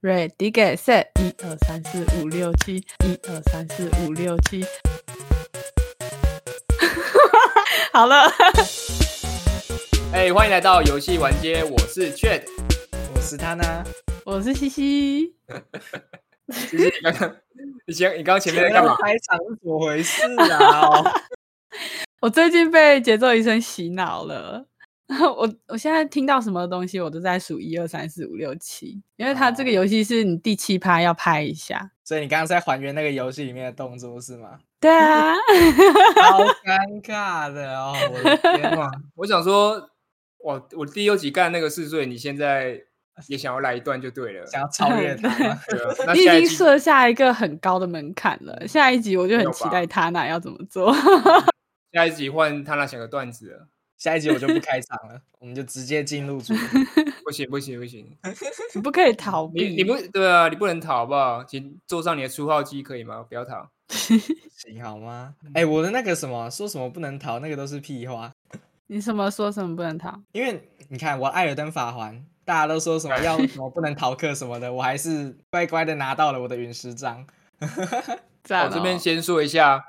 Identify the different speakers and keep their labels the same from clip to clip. Speaker 1: Ready get set，一二三四五六七，一二三四五六七。 好了，
Speaker 2: 哎、欢迎来到游戏玩街，我是 Chat。
Speaker 3: 我是他呢，
Speaker 1: 我是西西。
Speaker 2: 其实你刚刚，你先，你刚刚前面在干嘛？
Speaker 3: 开场是怎么回事 啊？
Speaker 1: 我最近被节奏医生洗脑了， 我我现在听到什么东西，我都在数一二三四五六七，因为它这个
Speaker 3: 哦
Speaker 1: 游戏是你第七拍要拍一下。
Speaker 3: 所以你刚刚是在还原那个游戏里面的动作是吗？
Speaker 1: 对啊，
Speaker 3: 好尴尬的哦，我的天 哪！
Speaker 2: 我想说，哇，我第六集干那个四岁，你现在也想要来一段就对了。
Speaker 3: 想要超越他 吗？
Speaker 2: 对啊，那
Speaker 1: 你已
Speaker 2: 下一
Speaker 1: 经
Speaker 2: 集
Speaker 1: 设下一个很高的门槛了。下一集我就
Speaker 2: 没
Speaker 1: 很
Speaker 2: 有
Speaker 1: 期
Speaker 2: 吧
Speaker 1: 待他那要怎么做。
Speaker 2: 下一集换他那想个段子了，
Speaker 3: 下一集我就不开场了，我们就直接进入主题。
Speaker 2: 不行不行不行，
Speaker 1: 你不可以逃避。
Speaker 2: 你你不对啊，你不能逃好不好？请坐上你的出号机可以吗？不要逃。
Speaker 3: 行好吗？
Speaker 2: 嗯
Speaker 3: 哎、我的那个什么，说什么不能逃，那个都是屁话。
Speaker 1: 你什么说什么不能逃？
Speaker 3: 因为你看，我《艾尔登法环》，大家都说什么要什么不能逃课什么的，我还是乖乖的拿到了我的陨石章。
Speaker 1: 赞
Speaker 2: 我这边
Speaker 1: 哦
Speaker 2: 先说一下，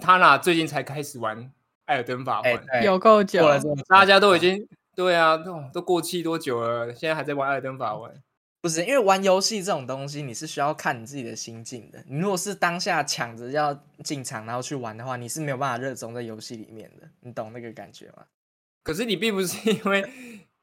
Speaker 2: 他那最近才开始玩《艾尔登法
Speaker 3: 哎、
Speaker 2: 环》
Speaker 3: 对，
Speaker 1: 有够久
Speaker 3: 过，了这么久
Speaker 2: 大家都已经对啊，都都过气多久了？现在还在玩《艾尔登法环》。
Speaker 3: 不是因为玩游戏这种东西，你是需要看你自己的心境的。你如果是当下抢着要进场，然后去玩的话，你是没有办法热衷在游戏里面的。你懂那个感觉吗？
Speaker 2: 可是你并不是因为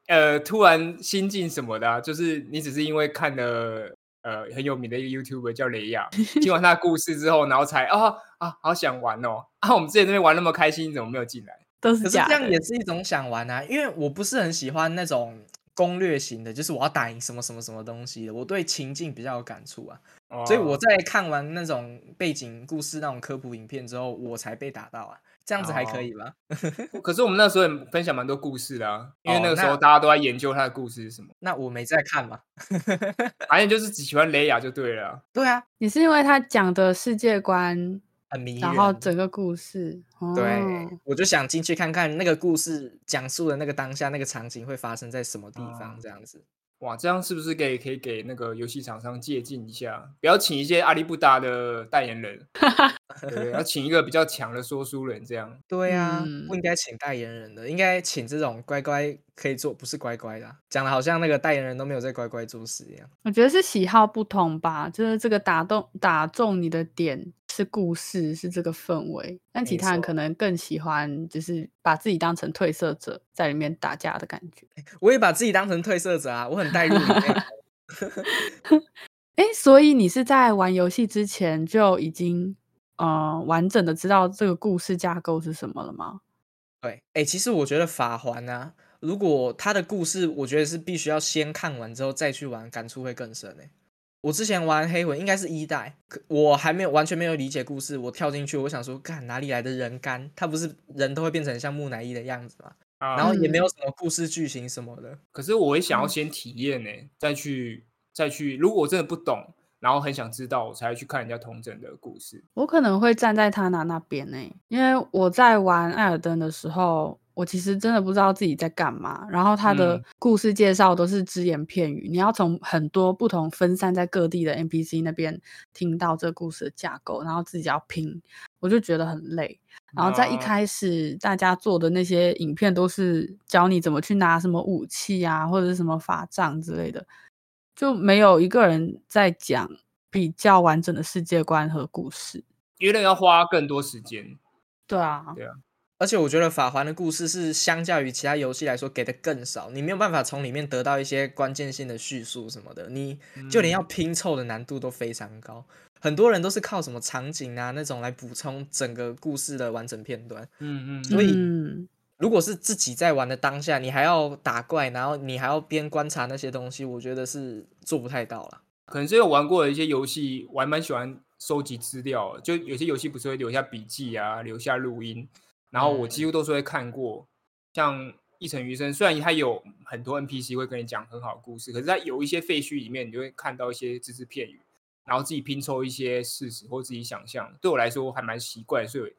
Speaker 2: 呃突然心境什么的、啊，就是你只是因为看了呃很有名的一个 YouTuber 叫雷亚，听完他的故事之后，然后才啊啊好想玩哦啊！我们之前那边玩那么开心，你怎么没有进来？
Speaker 1: 都
Speaker 3: 可
Speaker 1: 是
Speaker 3: 是
Speaker 1: 假
Speaker 3: 这
Speaker 1: 的。
Speaker 3: 样也是一种想玩啊，因为我不是很喜欢那种攻略型的，就是我要打赢什么什么什么东西的。我对情境比较有感触啊，所以我
Speaker 2: 哦
Speaker 3: 在看完那种背景故事、那种科普影片之后，我才被打到啊。这样子还
Speaker 2: 哦
Speaker 3: 可以吧？
Speaker 2: 可是我们那时候也分享蛮多故事的、啊，因为
Speaker 3: 哦
Speaker 2: 那个时
Speaker 3: 那
Speaker 2: 候大家都在研究他的故事是什么，
Speaker 3: 那我没在看嘛。
Speaker 2: 反正就是只喜欢雷亚就对了啊。
Speaker 3: 对啊，
Speaker 1: 也是因为他讲的世界观，
Speaker 3: 很迷人。
Speaker 1: 然后整个故事。哦、
Speaker 3: 对，我就想进去看看那个故事讲述的那个当下那个场景会发生在什么地
Speaker 2: 哦
Speaker 3: 方，这样子。
Speaker 2: 哇，这样是不是给可以给那个游戏厂商借鉴一下？不要请一些阿里不达的代言人，对不对，要请一个比较强的说书人这样。
Speaker 3: 对啊，
Speaker 1: 嗯
Speaker 3: 不应该请代言人的，应该请这种乖乖可以做，不是乖乖的啊、讲的好像那个代言人都没有在乖乖做事一样。
Speaker 1: 我觉得是喜好不同吧，就是这个打动打中你的点是故事，是这个氛围。但其
Speaker 3: 没
Speaker 1: 他人可
Speaker 3: 错
Speaker 1: 能更喜欢，就是把自己当成褪色者，在里面打架的感觉。
Speaker 3: 我也把自己当成褪色者啊，我很带入里面。
Speaker 1: 哎，所以你是在玩游戏之前就已经呃完整的知道这个故事架构是什么了吗？
Speaker 3: 对，哎、其实我觉得法环啊，如果他的故事，我觉得是必须要先看完之后再去玩，感触会更深哎、我之前玩黑魂应该是一代，可我还没有完全没有理解故事，我跳进去，我想说，干哪里来的人干？他不是人都会变成像木乃伊的样子吗？
Speaker 2: 啊
Speaker 3: 然后也没
Speaker 1: 嗯
Speaker 3: 有什么故事剧情什么的。
Speaker 2: 可是我会想要
Speaker 1: 嗯
Speaker 2: 先体验呢、再去再去。如果我真的不懂，然后很想知道，我才会去看人家同整的故事。
Speaker 1: 我可能会站在他那那边呢、因为我在玩艾尔登的时候，我其实真的不知道自己在干嘛。然后他的
Speaker 2: 嗯
Speaker 1: 故事介绍都是只言片语，你要从很多不同分散在各地的 NPC 那边听到这个故事的架构，然后自己要拼，我就觉得很累。然后在一
Speaker 2: 啊
Speaker 1: 开始大家做的那些影片都是教你怎么去拿什么武器啊，或者是什么法杖之类的，就没有一个人在讲比较完整的世界观和故事。
Speaker 2: 因为那个要花更多时间。
Speaker 1: 对啊，
Speaker 3: 而且我觉得法环的故事是相较于其他游戏来说给的更少，你没有办法从里面得到一些关键性的叙述什么的，你
Speaker 2: 嗯
Speaker 3: 就连要拼凑的难度都非常高。很多人都是靠什么场景啊那种来补充整个故事的完整片段。
Speaker 2: 嗯嗯，
Speaker 3: 所以
Speaker 1: 嗯、
Speaker 3: 如果是自己在玩的当下，你还要打怪，然后你还要边观察那些东西，我觉得是做不太到了。
Speaker 2: 可能是有玩过的一些游戏，我还蛮喜欢收集资料的。就有些游戏不是会留下笔记啊，留下录音，然后我几乎都是会看过。像《一城余生》，虽然它有很多 NPC 会跟你讲很好的故事，可是它有一些废墟里面，你就会看到一些只字片语，然后自己拼凑一些事实或自己想象。对我来说还蛮奇怪，所以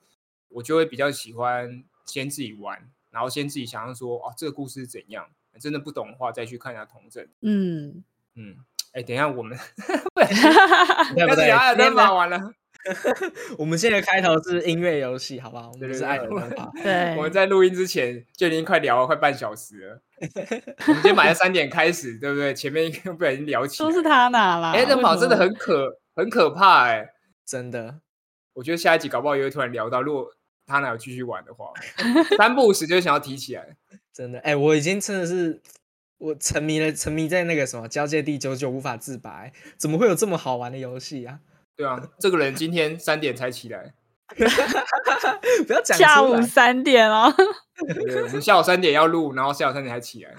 Speaker 2: 我就会比较喜欢先自己玩，然后先自 己想象说，哦，这个故事是怎样。真的不懂的话，再去看一下同整。
Speaker 1: 嗯，
Speaker 2: 嗯，哎，等一下，我们
Speaker 1: 啊
Speaker 3: 对不
Speaker 2: 要
Speaker 3: 对？
Speaker 2: 聊艾尔
Speaker 3: 今
Speaker 2: 登
Speaker 3: 天
Speaker 2: 法
Speaker 3: 的
Speaker 2: 完了，
Speaker 3: 我们现在开头是音乐游戏，好不好？我
Speaker 2: 对对
Speaker 3: 们不是
Speaker 2: 对
Speaker 3: 艾尔
Speaker 2: 我
Speaker 3: 登法。
Speaker 1: 对，
Speaker 2: 我们在录音之前就已经快聊了快半小时了。我们今天晚上三点开始，对不对？前面又不小心聊起
Speaker 1: 都
Speaker 2: 来，
Speaker 1: 是他拿啦。
Speaker 2: 艾尔登
Speaker 1: 为
Speaker 2: 法
Speaker 1: 什
Speaker 2: 哎真的
Speaker 1: 么
Speaker 2: 很可很可怕哎、
Speaker 3: 真的，
Speaker 2: 我觉得下一集搞不好也会突然聊到，如果他哪有继续玩 的话，三不五时就想要提起来。
Speaker 3: 真的，哎、我已经真的是我沉迷了，沉迷在那个什么《交界地久久》无法自拔、怎么会有这么好玩的游戏啊？
Speaker 2: 对啊，这个人今天三点才起来，
Speaker 3: 不要讲出
Speaker 1: 下午
Speaker 3: 来
Speaker 1: 三点哦。
Speaker 2: 对不对我们下午三点要录，然后下午三点才起来。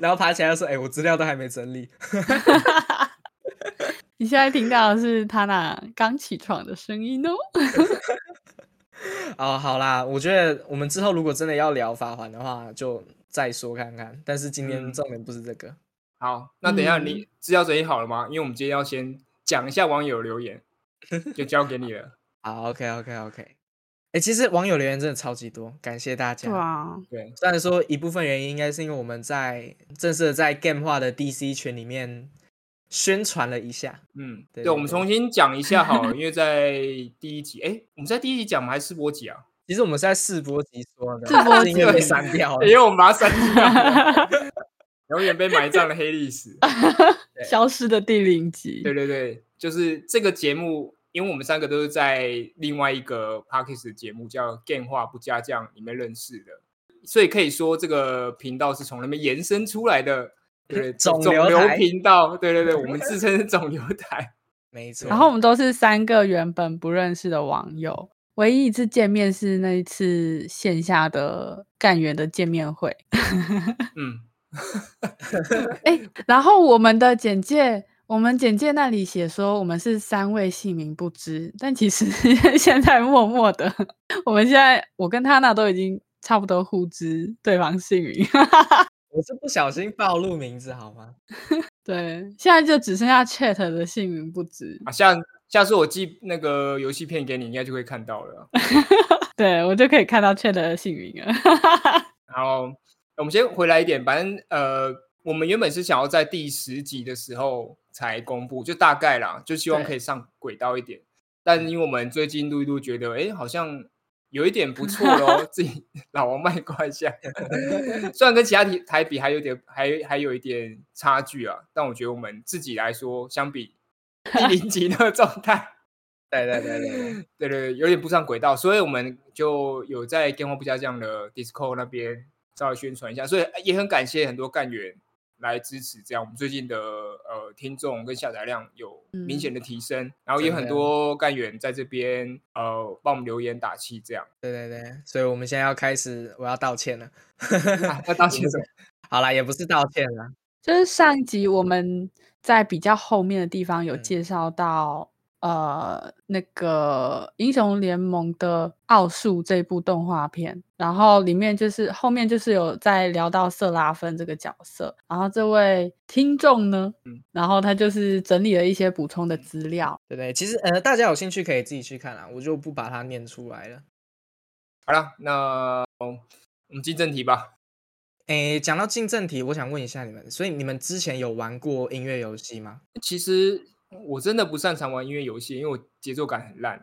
Speaker 3: 然后爬起来就说：“哎、我资料都还没整理。
Speaker 1: 你现在听到的是他那刚起床的声音哦。
Speaker 3: 哦，好啦，我觉得我们之后如果真的要聊法环的话，就再说看看。但是今天
Speaker 2: 嗯
Speaker 3: 重点不是这个，
Speaker 2: 好，那等一下
Speaker 1: 嗯
Speaker 2: 你资料整理好了吗？因为我们今天要先讲一下网友留言，就交给你了。
Speaker 3: 好，OK，OK，OK。哎、其实网友留言真的超级多，感谢大家。
Speaker 1: 对啊，
Speaker 2: 对，
Speaker 3: 虽然说一部分原因应该是因为我们在正式的在 Game 化的 DC 群里面宣传了一下，
Speaker 2: 嗯，
Speaker 3: 对
Speaker 2: 对，
Speaker 3: 对
Speaker 2: 我们
Speaker 3: 对
Speaker 2: 重新讲一下好 了，因为在第一集，哎，我们在第一集讲吗？还是试播集啊？
Speaker 3: 其实我们是在试播集说的，
Speaker 1: 试播
Speaker 3: 是因为
Speaker 2: 集
Speaker 3: 被删掉
Speaker 2: 因为
Speaker 3: 了。
Speaker 2: 我们把它删掉了，永远被埋葬的黑历史。对
Speaker 1: 消失的第零集。
Speaker 2: 对对对，就是这个节目，因为我们三个都是在另外一个 Parkes 节目叫《电话不加酱》里面认识的，所以可以说这个频道是从那边延伸出来的。对，
Speaker 3: 肿
Speaker 2: 肿
Speaker 3: 瘤
Speaker 2: 瘤
Speaker 3: 台
Speaker 2: 频道，对对对，我们自称是肿瘤台。
Speaker 3: 没错，
Speaker 1: 然后我们都是三个原本不认识的网友，唯一一次见面是那一次线下的干员的见面会。
Speaker 2: 嗯，
Speaker 1: 然后我们的简介，我们简介那里写说我们是三位姓名不知，但其实 现在默默的，我们现在我跟他那都已经差不多互知对方姓名。
Speaker 3: 我是不小心暴露名字好吗？
Speaker 1: 对，现在就只剩下 Chat 的姓名不知。
Speaker 2: 啊，下下次我寄那个游戏片给你，应该就会看到了。
Speaker 1: 对我就可以看到 Chat 的姓名了。
Speaker 2: 然后我们先回来一点，反正呃，我们原本是想要在第十集的时候才公布，就大概啦，就希望
Speaker 1: 对
Speaker 2: 可以上轨道一点。但因为我们最近录一录，觉得哎，诶好像有一点不错咯，自己老王卖瓜一下。虽然跟其他台台比还有点，还还有一点差距啊，但我觉得我们自己来说，相比第零集那个状态，
Speaker 3: 对对对对对，
Speaker 2: 对对，对有点不上轨道，所以我们就有在电话不加酱的 Discord 那边稍微宣传一下，所以也很感谢很多干员来支持，这样我们最近的呃听众跟下载量有明显的提升，然后也
Speaker 3: 嗯真
Speaker 2: 很
Speaker 3: 的
Speaker 2: 多干员在这边呃帮我们留言打气，这 样、
Speaker 3: 对对对，所以我们现在要开始，我要道歉了。
Speaker 2: 啊、要道歉什么？
Speaker 3: 好啦，也不是道歉啦，
Speaker 1: 就是上一集我们在比较后面的地方有
Speaker 3: 嗯
Speaker 1: 介绍到，呃，那个英雄联盟的奥数这部动画片，然后里面就是后面就是有在聊到瑟拉芬这个角色，然后这位听众呢，
Speaker 2: 嗯
Speaker 1: 然后他就是整理了一些补充的资料，
Speaker 3: 对对，其实呃，大家有兴趣可以自己去看啦，我就不把它念出来了。
Speaker 2: 好了，那我们进正题吧。
Speaker 3: 诶，讲到进正题，我想问一下你们，所以你们之前有玩过音乐游戏吗？
Speaker 2: 其实我真的不擅长玩音乐游戏，因为我节奏感很烂，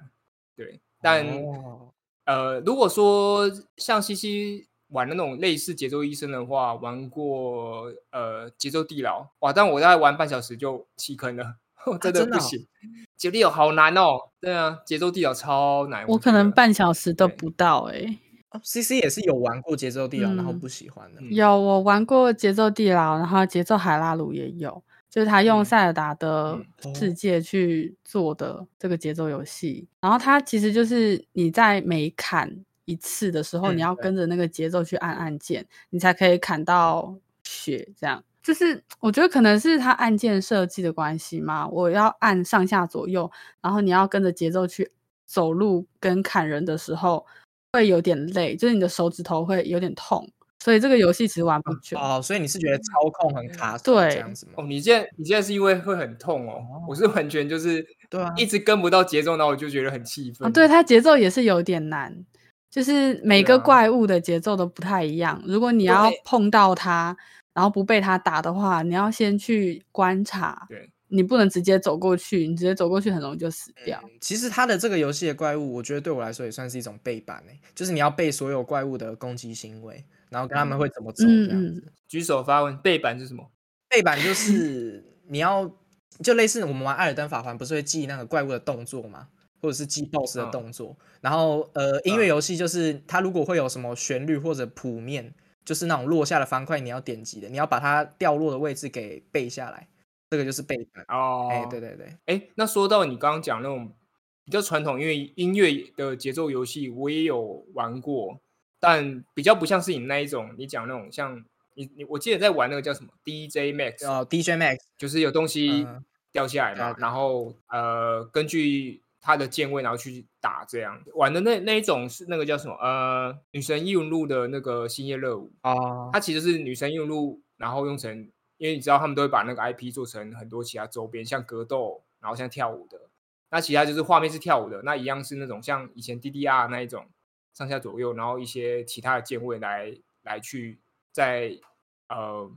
Speaker 2: 对，但。
Speaker 3: 哦
Speaker 2: 呃，如果说像西西玩那种类似节奏医生的话，玩过呃节奏地牢，哇，但我大概玩半小时就弃坑了，我真的
Speaker 3: 真的
Speaker 2: 不
Speaker 3: 哦
Speaker 2: 行。节奏地牢好难哦，对啊，节奏地牢超难。
Speaker 1: 我
Speaker 2: 嗯觉
Speaker 1: 可能
Speaker 2: 得
Speaker 1: 半小时都
Speaker 2: 对
Speaker 1: 不到欸诶、
Speaker 3: 哦，C C 也是有玩过节奏地牢，然后
Speaker 1: 嗯
Speaker 3: 不喜欢的。
Speaker 2: 嗯
Speaker 1: 有我玩过节奏地牢，然后节奏海拉鲁也有，就是他用
Speaker 2: 嗯
Speaker 1: 塞尔达的
Speaker 3: 嗯哦
Speaker 1: 世界去做的这个节奏游戏。然后它其实就是你在每砍一次的时候，
Speaker 3: 嗯
Speaker 1: 你要
Speaker 3: 对
Speaker 1: 跟着那个节奏去按按键，你才可以砍到血。这样就是我觉得可能是它按键设计的关系嘛，我要按上下左右，然后你要跟着节奏去走路跟砍人的时候。会有点累，就是你的手指头会有点痛，所以这个游戏其实玩不久。
Speaker 3: 哦，所以你是觉得操控很卡手这
Speaker 1: 对
Speaker 3: 样子吗？
Speaker 2: 哦，你现在你现在是因为会很痛哦，我是完全就是
Speaker 3: 对啊
Speaker 2: 一直跟不到节奏，然后我就觉得很气愤。
Speaker 1: 啊，对，它节奏也是有点难，就是每
Speaker 2: 对
Speaker 1: 个
Speaker 2: 啊
Speaker 1: 怪物的节奏都不太一样。如果你
Speaker 2: 对
Speaker 1: 要碰到它，然后不被他打的话，你要先去观察，
Speaker 2: 对，
Speaker 1: 你不能直接走过去，你直接走过去很容易就死掉。
Speaker 3: 其实它的这个游戏的怪物，我觉得对我来说也算是一种背板诶、就是你要背所有怪物的攻击行为，然后跟他们会怎么走这样
Speaker 1: 嗯
Speaker 3: 子。
Speaker 2: 举手发问，背板是什么？
Speaker 3: 背板就是 你要就类似我们玩《艾尔登法环》，不是会记那个怪物的动作吗？或者是记 BOSS 的
Speaker 2: 嗯
Speaker 3: 动作。然后呃，音乐
Speaker 2: 嗯
Speaker 3: 游戏就是它如果会有什么旋律或者谱面，就是那种落下的方块，你要点击的，你要把它掉落的位置给背下来，这个就是背板。
Speaker 2: 哦，
Speaker 3: 哎、对对对，
Speaker 2: 哎，那说到你刚刚讲那种比较传统，因为音乐的节奏游戏，我也有玩过，但比较不像是你那一种，你讲那种像你你，我记得在玩那个叫什么 DJ Max，、
Speaker 3: 哦，DJ Max，
Speaker 2: 就是有东西
Speaker 3: 嗯
Speaker 2: 掉下来
Speaker 3: 对啊
Speaker 2: 嘛，
Speaker 3: 对
Speaker 2: 然后呃，根据它的键位，然后去打这样玩的那那一种是那个叫什么呃，女神异闻录的那个星夜热舞，
Speaker 3: 哦，
Speaker 2: 它其实是女神异闻录，然后用成，因为你知道他们都会把那个 IP 做成很多其他周边，像格斗，然后像跳舞的，那其他就是画面是跳舞的，那一样是那种像以前 DDR 那一种上下左右，然后一些其他的键位来来去在呃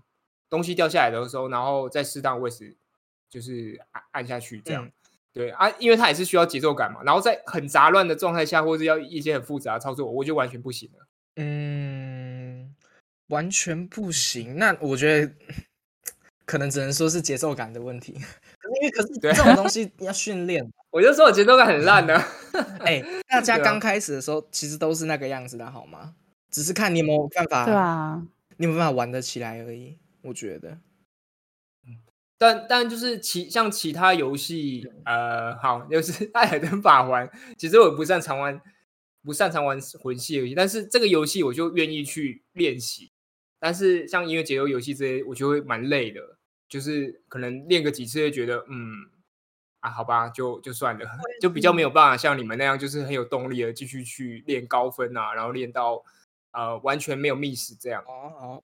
Speaker 2: 东西掉下来的时候，然后在适当位置就是按按下去这样。
Speaker 3: 嗯
Speaker 2: 对啊，因为它也是需要节奏感嘛，然后在很杂乱的状态下，或是要一些很复杂的操作，我就完全不行了。
Speaker 3: 嗯，完全不行。那我觉得可能只能说是节奏感的问题，可 是因为可是
Speaker 2: 对
Speaker 3: 这种东西要训练。
Speaker 2: 我就说我节奏感很 烂的、
Speaker 3: 哎、大家
Speaker 2: 对啊
Speaker 3: 刚开始的时候其实都是那个样子的，好吗？只是看你有没有办法，
Speaker 1: 对啊，
Speaker 3: 你有没有办法玩得起来而已。我觉得，
Speaker 2: 但但就是其像其他游戏，呃，好，就是 《艾尔登法环》，其实我不擅长玩，不擅长玩魂系游戏，但是这个游戏我就愿意去练习。但是像音乐节奏游戏这些，我就会蛮累的，就是可能练个几次就觉得，嗯，啊，好吧，就就算了，就比较没有办法像你们那样，就是很有动力的继续去练高分啊，然后练到呃完全没有 miss 这样。
Speaker 3: 哦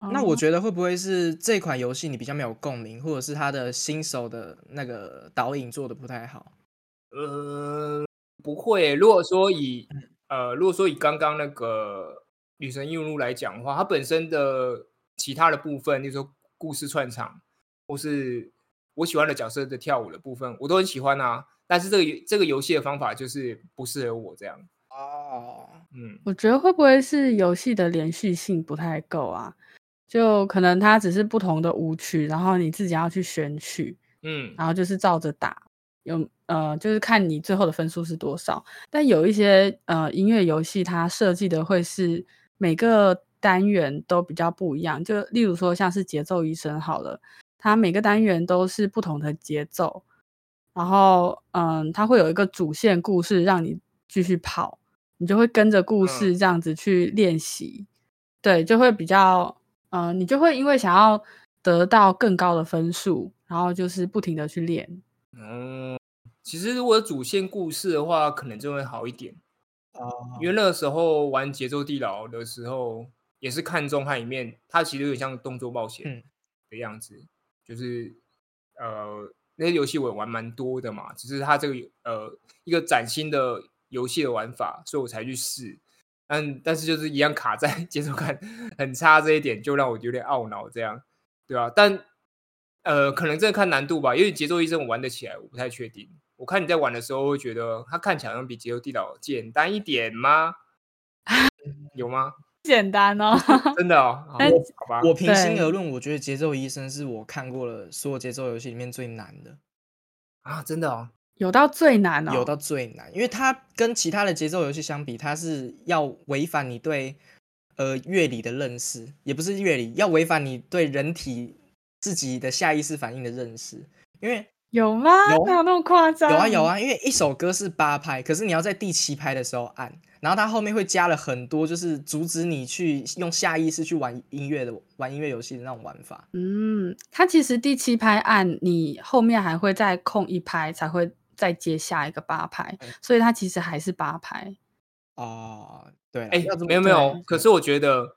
Speaker 3: 哦，那我
Speaker 1: 哦
Speaker 3: 觉得会不会是这款游戏你比较没有共鸣，或者是它的新手的那个导引做的不太好？
Speaker 2: 呃，不会欸。如果说以呃，如果说以刚刚那个《女神异闻录》来讲的话，它本身的其他的部分，就是说故事串场，或是我喜欢的角色的跳舞的部分，我都很喜欢啊。但是这个游这个游戏的方法就是不适合我这样。
Speaker 3: 哦，
Speaker 2: 嗯，
Speaker 1: 我觉得会不会是游戏的连续性不太够啊？就可能它只是不同的舞曲，然后你自己要去选曲，
Speaker 2: 嗯，
Speaker 1: 然后就是照着打，有呃，就是看你最后的分数是多少。但有一些呃音乐游戏，它设计的会是每个单元都比较不一样，就例如说像是节奏医生好了，它每个单元都是不同的节奏，然后嗯，它会有一个主线故事让你继续跑，你就会跟着故
Speaker 2: 嗯
Speaker 1: 事这样子去练习，对，就会比较呃，你就会因为想要得到更高的分数，然后就是不停的去练。
Speaker 2: 哦，其实如果主线故事的话，可能就会好一点。
Speaker 3: 哦
Speaker 2: 因为那个时候玩节奏地牢的时候，也是看中它里面，它其实有点像动作冒险
Speaker 3: 嗯
Speaker 2: 的样子，就是呃那些游戏我也玩蛮多的嘛，只是它这个呃一个崭新的游戏的玩法，所以我才去试。但但是就是一样卡在 节奏感很差这一点，就让我有点懊恼这样，对啊，但呃，可能真的看难度吧，因为节奏医生我玩得起来，我不太确定。我看你在玩的时候，会觉得它看起来好像比节奏地牢简单一点 吗？有吗？
Speaker 1: 简单哦，
Speaker 3: 嗯
Speaker 2: 真的哦，好
Speaker 1: 但
Speaker 2: 好吧，
Speaker 3: 我平心
Speaker 1: 对
Speaker 3: 而论，我觉得节奏医生是我看过了所有节奏游戏里面最难的。
Speaker 2: 啊，真的哦，
Speaker 1: 有到最难哦，
Speaker 3: 有到最难，因为它跟其他的节奏游戏相比，它是要违反你对呃乐理的认识，也不是乐理，要违反你对人体自己的下意识反应的认识。因为
Speaker 1: 有吗？
Speaker 3: 有啊
Speaker 1: 哪有那么夸
Speaker 3: 有
Speaker 1: 张？
Speaker 3: 啊有，啊，因为一首歌是八拍，可是你要在第七拍的时候按，然后它后面会加了很多就是阻止你去用下意识去玩音乐的玩音乐游戏的那种玩法。
Speaker 1: 嗯，它其实第七拍按你后面还会再空一拍，才会再接下一个八拍，所以它其实还是八拍。
Speaker 3: 哦，对啦，
Speaker 2: 哎、
Speaker 3: 要这么
Speaker 2: 没有没有
Speaker 3: 对，
Speaker 2: 可是我觉得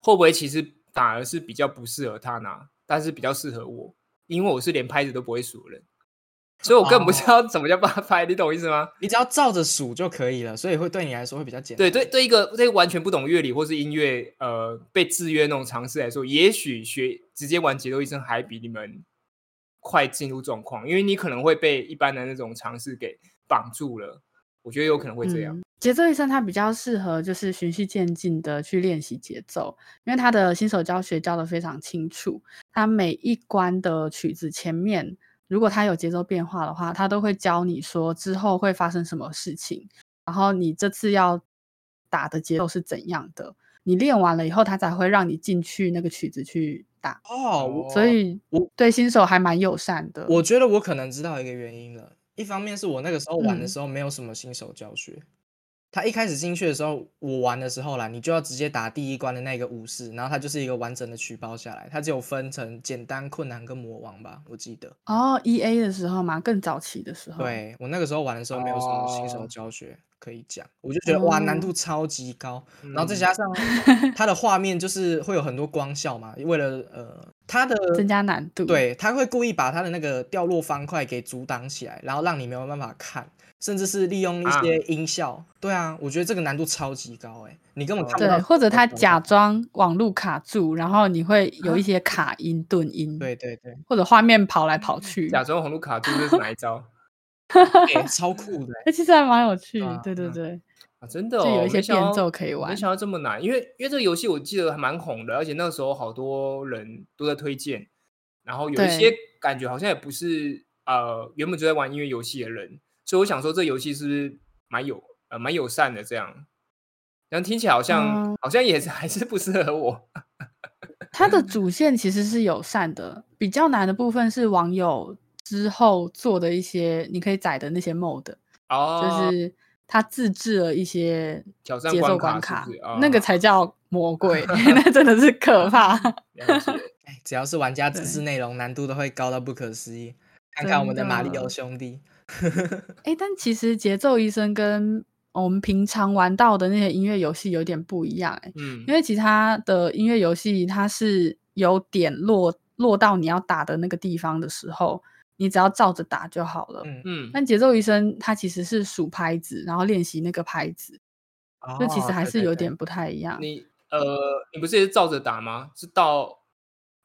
Speaker 2: 会不会其实反而是比较不适合他拿，但是比较适合我，因为我是连拍子都不会数的人。所以我根本不
Speaker 3: 哦
Speaker 2: 知道什么叫 八拍，你懂我意思吗？
Speaker 3: 你只要照着数就可以了，所以会对你来说会比较简
Speaker 2: 对
Speaker 3: 单。
Speaker 2: 对对，一个对完全不懂乐理或是音乐，呃，被制约那种尝试来说，也许学直接玩节奏医生还比你们快进入状况，因为你可能会被一般的那种尝试给绑住了。我觉得有可能会这样。
Speaker 1: 嗯节奏医生他比较适合就是循序渐进的去练习节奏，因为他的新手教学教的非常清楚，他每一关的曲子前面，如果他有节奏变化的话，他都会教你说之后会发生什么事情，然后你这次要打的节奏是怎样的。你练完了以后，他才会让你进去那个曲子去打，
Speaker 3: 哦，我
Speaker 1: 所以
Speaker 3: 我
Speaker 1: 对新手还蛮友善的。
Speaker 3: 我觉得我可能知道一个原因了。一方面是我那个时候玩的
Speaker 1: 嗯
Speaker 3: 时候没有什么新手教学，他一开始进去的时候，我玩的时候啦，你就要直接打第一关的那个武士，然后它就是一个完整的曲包下来，它只有分成简单、困难跟魔王吧，我记得。
Speaker 1: 哦，E A 的时候嘛，更早期的时候，，
Speaker 3: 对我那个时候玩的时候没有什么新手
Speaker 2: 哦
Speaker 3: 教学可以讲，我就觉得哇难
Speaker 1: 哦
Speaker 3: 度超级高，
Speaker 2: 然
Speaker 3: 然后再加上它的画面就是会有很多光效嘛，为了呃它的
Speaker 1: 增加难度。，
Speaker 3: 对，他会故意把他的那个掉落方块给阻挡起来，然后让你没有办法看，甚至是利用一
Speaker 2: 啊
Speaker 3: 些音效。对啊，我觉得这个难度超级高哎、你
Speaker 2: 哦
Speaker 3: 根本看不到。
Speaker 1: 对，或者他假。装网路卡住，然后你会
Speaker 2: 啊
Speaker 1: 有一些卡音、顿音，，
Speaker 3: 对对 对，
Speaker 1: 或者画面跑来跑去，
Speaker 2: 假装红路卡住，这是哪一招
Speaker 3: 哎超酷的欸、
Speaker 1: 那其实还蛮有趣
Speaker 3: 啊。
Speaker 1: 对对
Speaker 2: 嗯
Speaker 1: 对，
Speaker 2: 啊？真的、
Speaker 1: 就
Speaker 2: 哦，
Speaker 1: 有一些
Speaker 2: 没想到
Speaker 1: 变奏可以
Speaker 2: 没
Speaker 1: 玩。
Speaker 2: 想到这么难，因为因为这个游戏我记得还蛮红的，而且那个时候好多人都在推荐，然后有一些
Speaker 1: 对
Speaker 2: 感觉好像也不是呃原本就在玩音乐游戏的人，所以我想说这游戏是不是蛮友呃蛮友善的这样，然后听起来好像、
Speaker 1: 嗯
Speaker 2: 好像也是 还是不适合我，
Speaker 1: 它的主线其实是友善的，比较难的部分是网友之后做的一些你可以载的那些 mod，
Speaker 2: 哦，
Speaker 1: 就是他自制了一些
Speaker 2: 挑战
Speaker 1: 节奏
Speaker 2: 关
Speaker 1: 关
Speaker 2: 卡是不是
Speaker 1: 那个
Speaker 2: 哦
Speaker 1: 才叫魔 鬼， 那真的是可怕。
Speaker 2: 了解
Speaker 3: 哎只要是玩家自
Speaker 1: 对
Speaker 3: 制内容，难度都会高到不可思议。看看我们的
Speaker 1: 真
Speaker 3: 马里
Speaker 1: 的
Speaker 3: 奥兄弟，
Speaker 1: 哎，但其实节奏医生跟我们平常玩到的那些音乐游戏有点不一样哎，
Speaker 2: 嗯
Speaker 1: 因为其他的音乐游戏它是有点落落到你要打的那个地方的时候，你只要照着打就好了。
Speaker 3: 嗯，
Speaker 2: 嗯，
Speaker 1: 但节奏医生他其实是数拍子，然后练习那个拍子，就其
Speaker 3: 哦
Speaker 1: 实还
Speaker 3: 对
Speaker 1: 是
Speaker 3: 对
Speaker 1: 有
Speaker 3: 对
Speaker 1: 点不太一样。
Speaker 2: 你呃你不是也是照着打吗？是到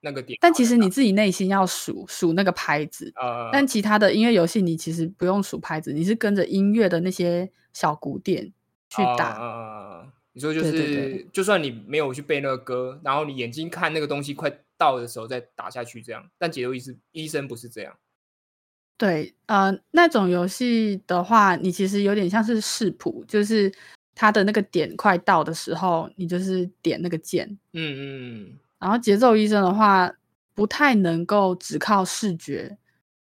Speaker 2: 那个点好再打，
Speaker 3: 哦
Speaker 1: 但其实你自己内心要数数那个拍子，
Speaker 3: 啊
Speaker 2: 呃
Speaker 1: 但其他的音乐游戏你其实不用数拍子，你是跟着音乐的那些小鼓点去
Speaker 3: 哦
Speaker 1: 打。
Speaker 2: 啊啊啊啊啊你说就
Speaker 1: 对
Speaker 2: 是，
Speaker 1: 对对
Speaker 2: 就算你没有去背那个歌，然后你眼睛看那个东西快到的时候再打下去，这样。但解忧医师医生不是这样
Speaker 1: 对，呃，那种游戏的话，你其实有点像是视谱，就是它的那个点快到的时候，你就是点那个键。
Speaker 2: 嗯。嗯嗯，
Speaker 1: 然后节奏医生的话，不太能够只靠视觉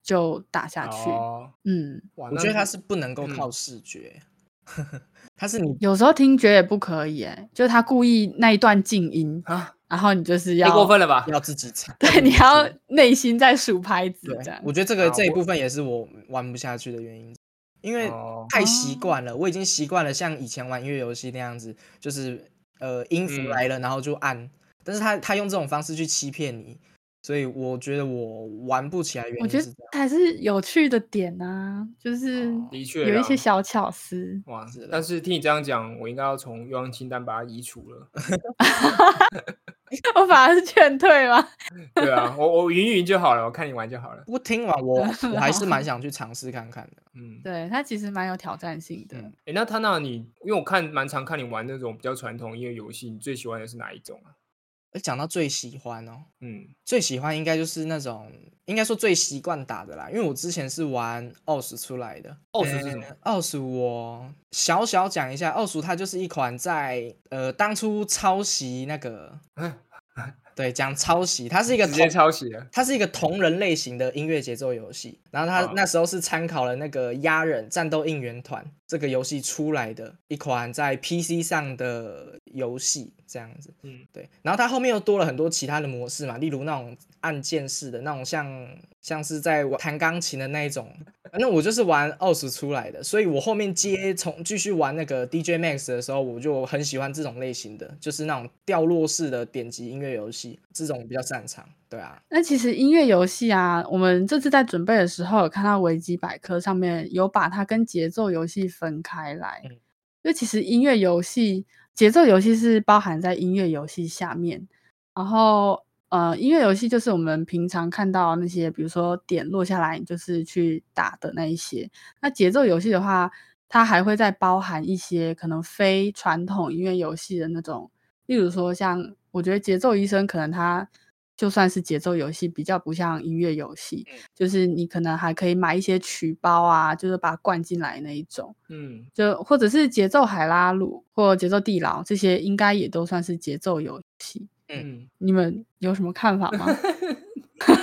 Speaker 1: 就打下去。
Speaker 2: 哦，
Speaker 1: 嗯，
Speaker 2: 哇，
Speaker 3: 我
Speaker 2: 那
Speaker 3: 觉得他是不能够
Speaker 2: 嗯
Speaker 3: 靠视觉，他是你
Speaker 1: 有时候听觉也不可以、欸，就是他故意那一段静音，
Speaker 2: 啊，
Speaker 1: 然后你就是
Speaker 2: 太
Speaker 1: 要
Speaker 2: 过分了吧？
Speaker 3: 要自己猜。
Speaker 1: 对，你还要内心在数拍子这
Speaker 3: 对
Speaker 1: 样，。
Speaker 3: 我觉得这个
Speaker 2: 好
Speaker 3: 这一
Speaker 2: 啊我
Speaker 3: 部分也是我玩不下去的原因，因为
Speaker 2: 哦
Speaker 3: 太习
Speaker 1: 哦
Speaker 3: 惯了，我已经习惯了像以前玩音乐游戏那样子，就是呃音符
Speaker 2: 嗯
Speaker 3: 来了然后就按，但是他他用这种方式去欺骗你，所以我觉得我玩不起来，原
Speaker 1: 我
Speaker 3: 因
Speaker 1: 觉
Speaker 3: 是
Speaker 1: 得
Speaker 3: 这样。
Speaker 1: 还是有趣的点啊，就是
Speaker 3: 哦
Speaker 2: 的确啊
Speaker 1: 有一
Speaker 2: 啦
Speaker 1: 些小巧思。
Speaker 2: 哇
Speaker 3: 是啦，
Speaker 2: 但是听你这样讲，我应该要从愿望清单把它移除了。
Speaker 1: 我反而是劝退吗？
Speaker 2: 对啊，我我云云就好了，我看你玩就好了。
Speaker 3: 不过听完 我我还是
Speaker 1: 好
Speaker 3: 蛮想去尝试看看的。
Speaker 2: 嗯，
Speaker 1: 对，它其实蛮有挑战性的。
Speaker 3: 嗯
Speaker 2: 诶那他那你，因为我看蛮常看你玩那种比较传统音乐游戏，你最喜欢的是哪一种啊？
Speaker 3: 诶讲到最喜欢哦，
Speaker 2: 嗯，
Speaker 3: 最喜欢应该就是那种，应该说最习惯打的啦，因为我之前是玩奥数出来的。
Speaker 2: 奥数是什么
Speaker 3: 呃？奥数我小小讲一下，奥数它就是一款在呃当初抄袭那个，对，讲抄袭，它是一个
Speaker 2: 嗯直接
Speaker 3: 同
Speaker 2: 抄袭了。
Speaker 3: 它是一个同人类型的音乐节奏游戏，然后它
Speaker 2: 啊
Speaker 3: 那时候是参考了那个《压忍战斗应援团》这个游戏出来的一款在 PC 上的游戏，这样子。
Speaker 2: 嗯，
Speaker 3: 对。然后它后面又多了很多其他的模式嘛，例如那种按键式的那种像像是在玩弹钢琴的那一种反正我就是玩 OS 出来的，所以我后面接从继续玩那个 DJ Max 的时候，我就很喜欢这种类型的，就是那种掉落式的点击音乐游戏，这种比较擅长。对啊，
Speaker 1: 那其实音乐游戏啊，我们这次在准备的时候有看到维基百科上面有把它跟节奏游戏分开来，
Speaker 3: 嗯
Speaker 1: 因为其实音乐游戏、节奏游戏是包含在音乐游戏下面，然后呃，音乐游戏就是我们平常看到那些，比如说点落下来你就是去打的那一些，那节奏游戏的话，它还会再包含一些可能非传统音乐游戏的那种，例如说像我觉得节奏医生可能它就算是节奏游戏，比较不像音乐游戏，
Speaker 2: 嗯
Speaker 1: 就是你可能还可以买一些曲包啊，就是把它灌进来那一种，
Speaker 2: 嗯，
Speaker 1: 就或者是节奏海拉鲁或节奏地牢这些，应该也都算是节奏游戏。
Speaker 2: 嗯，
Speaker 1: 你们有什么看 法吗？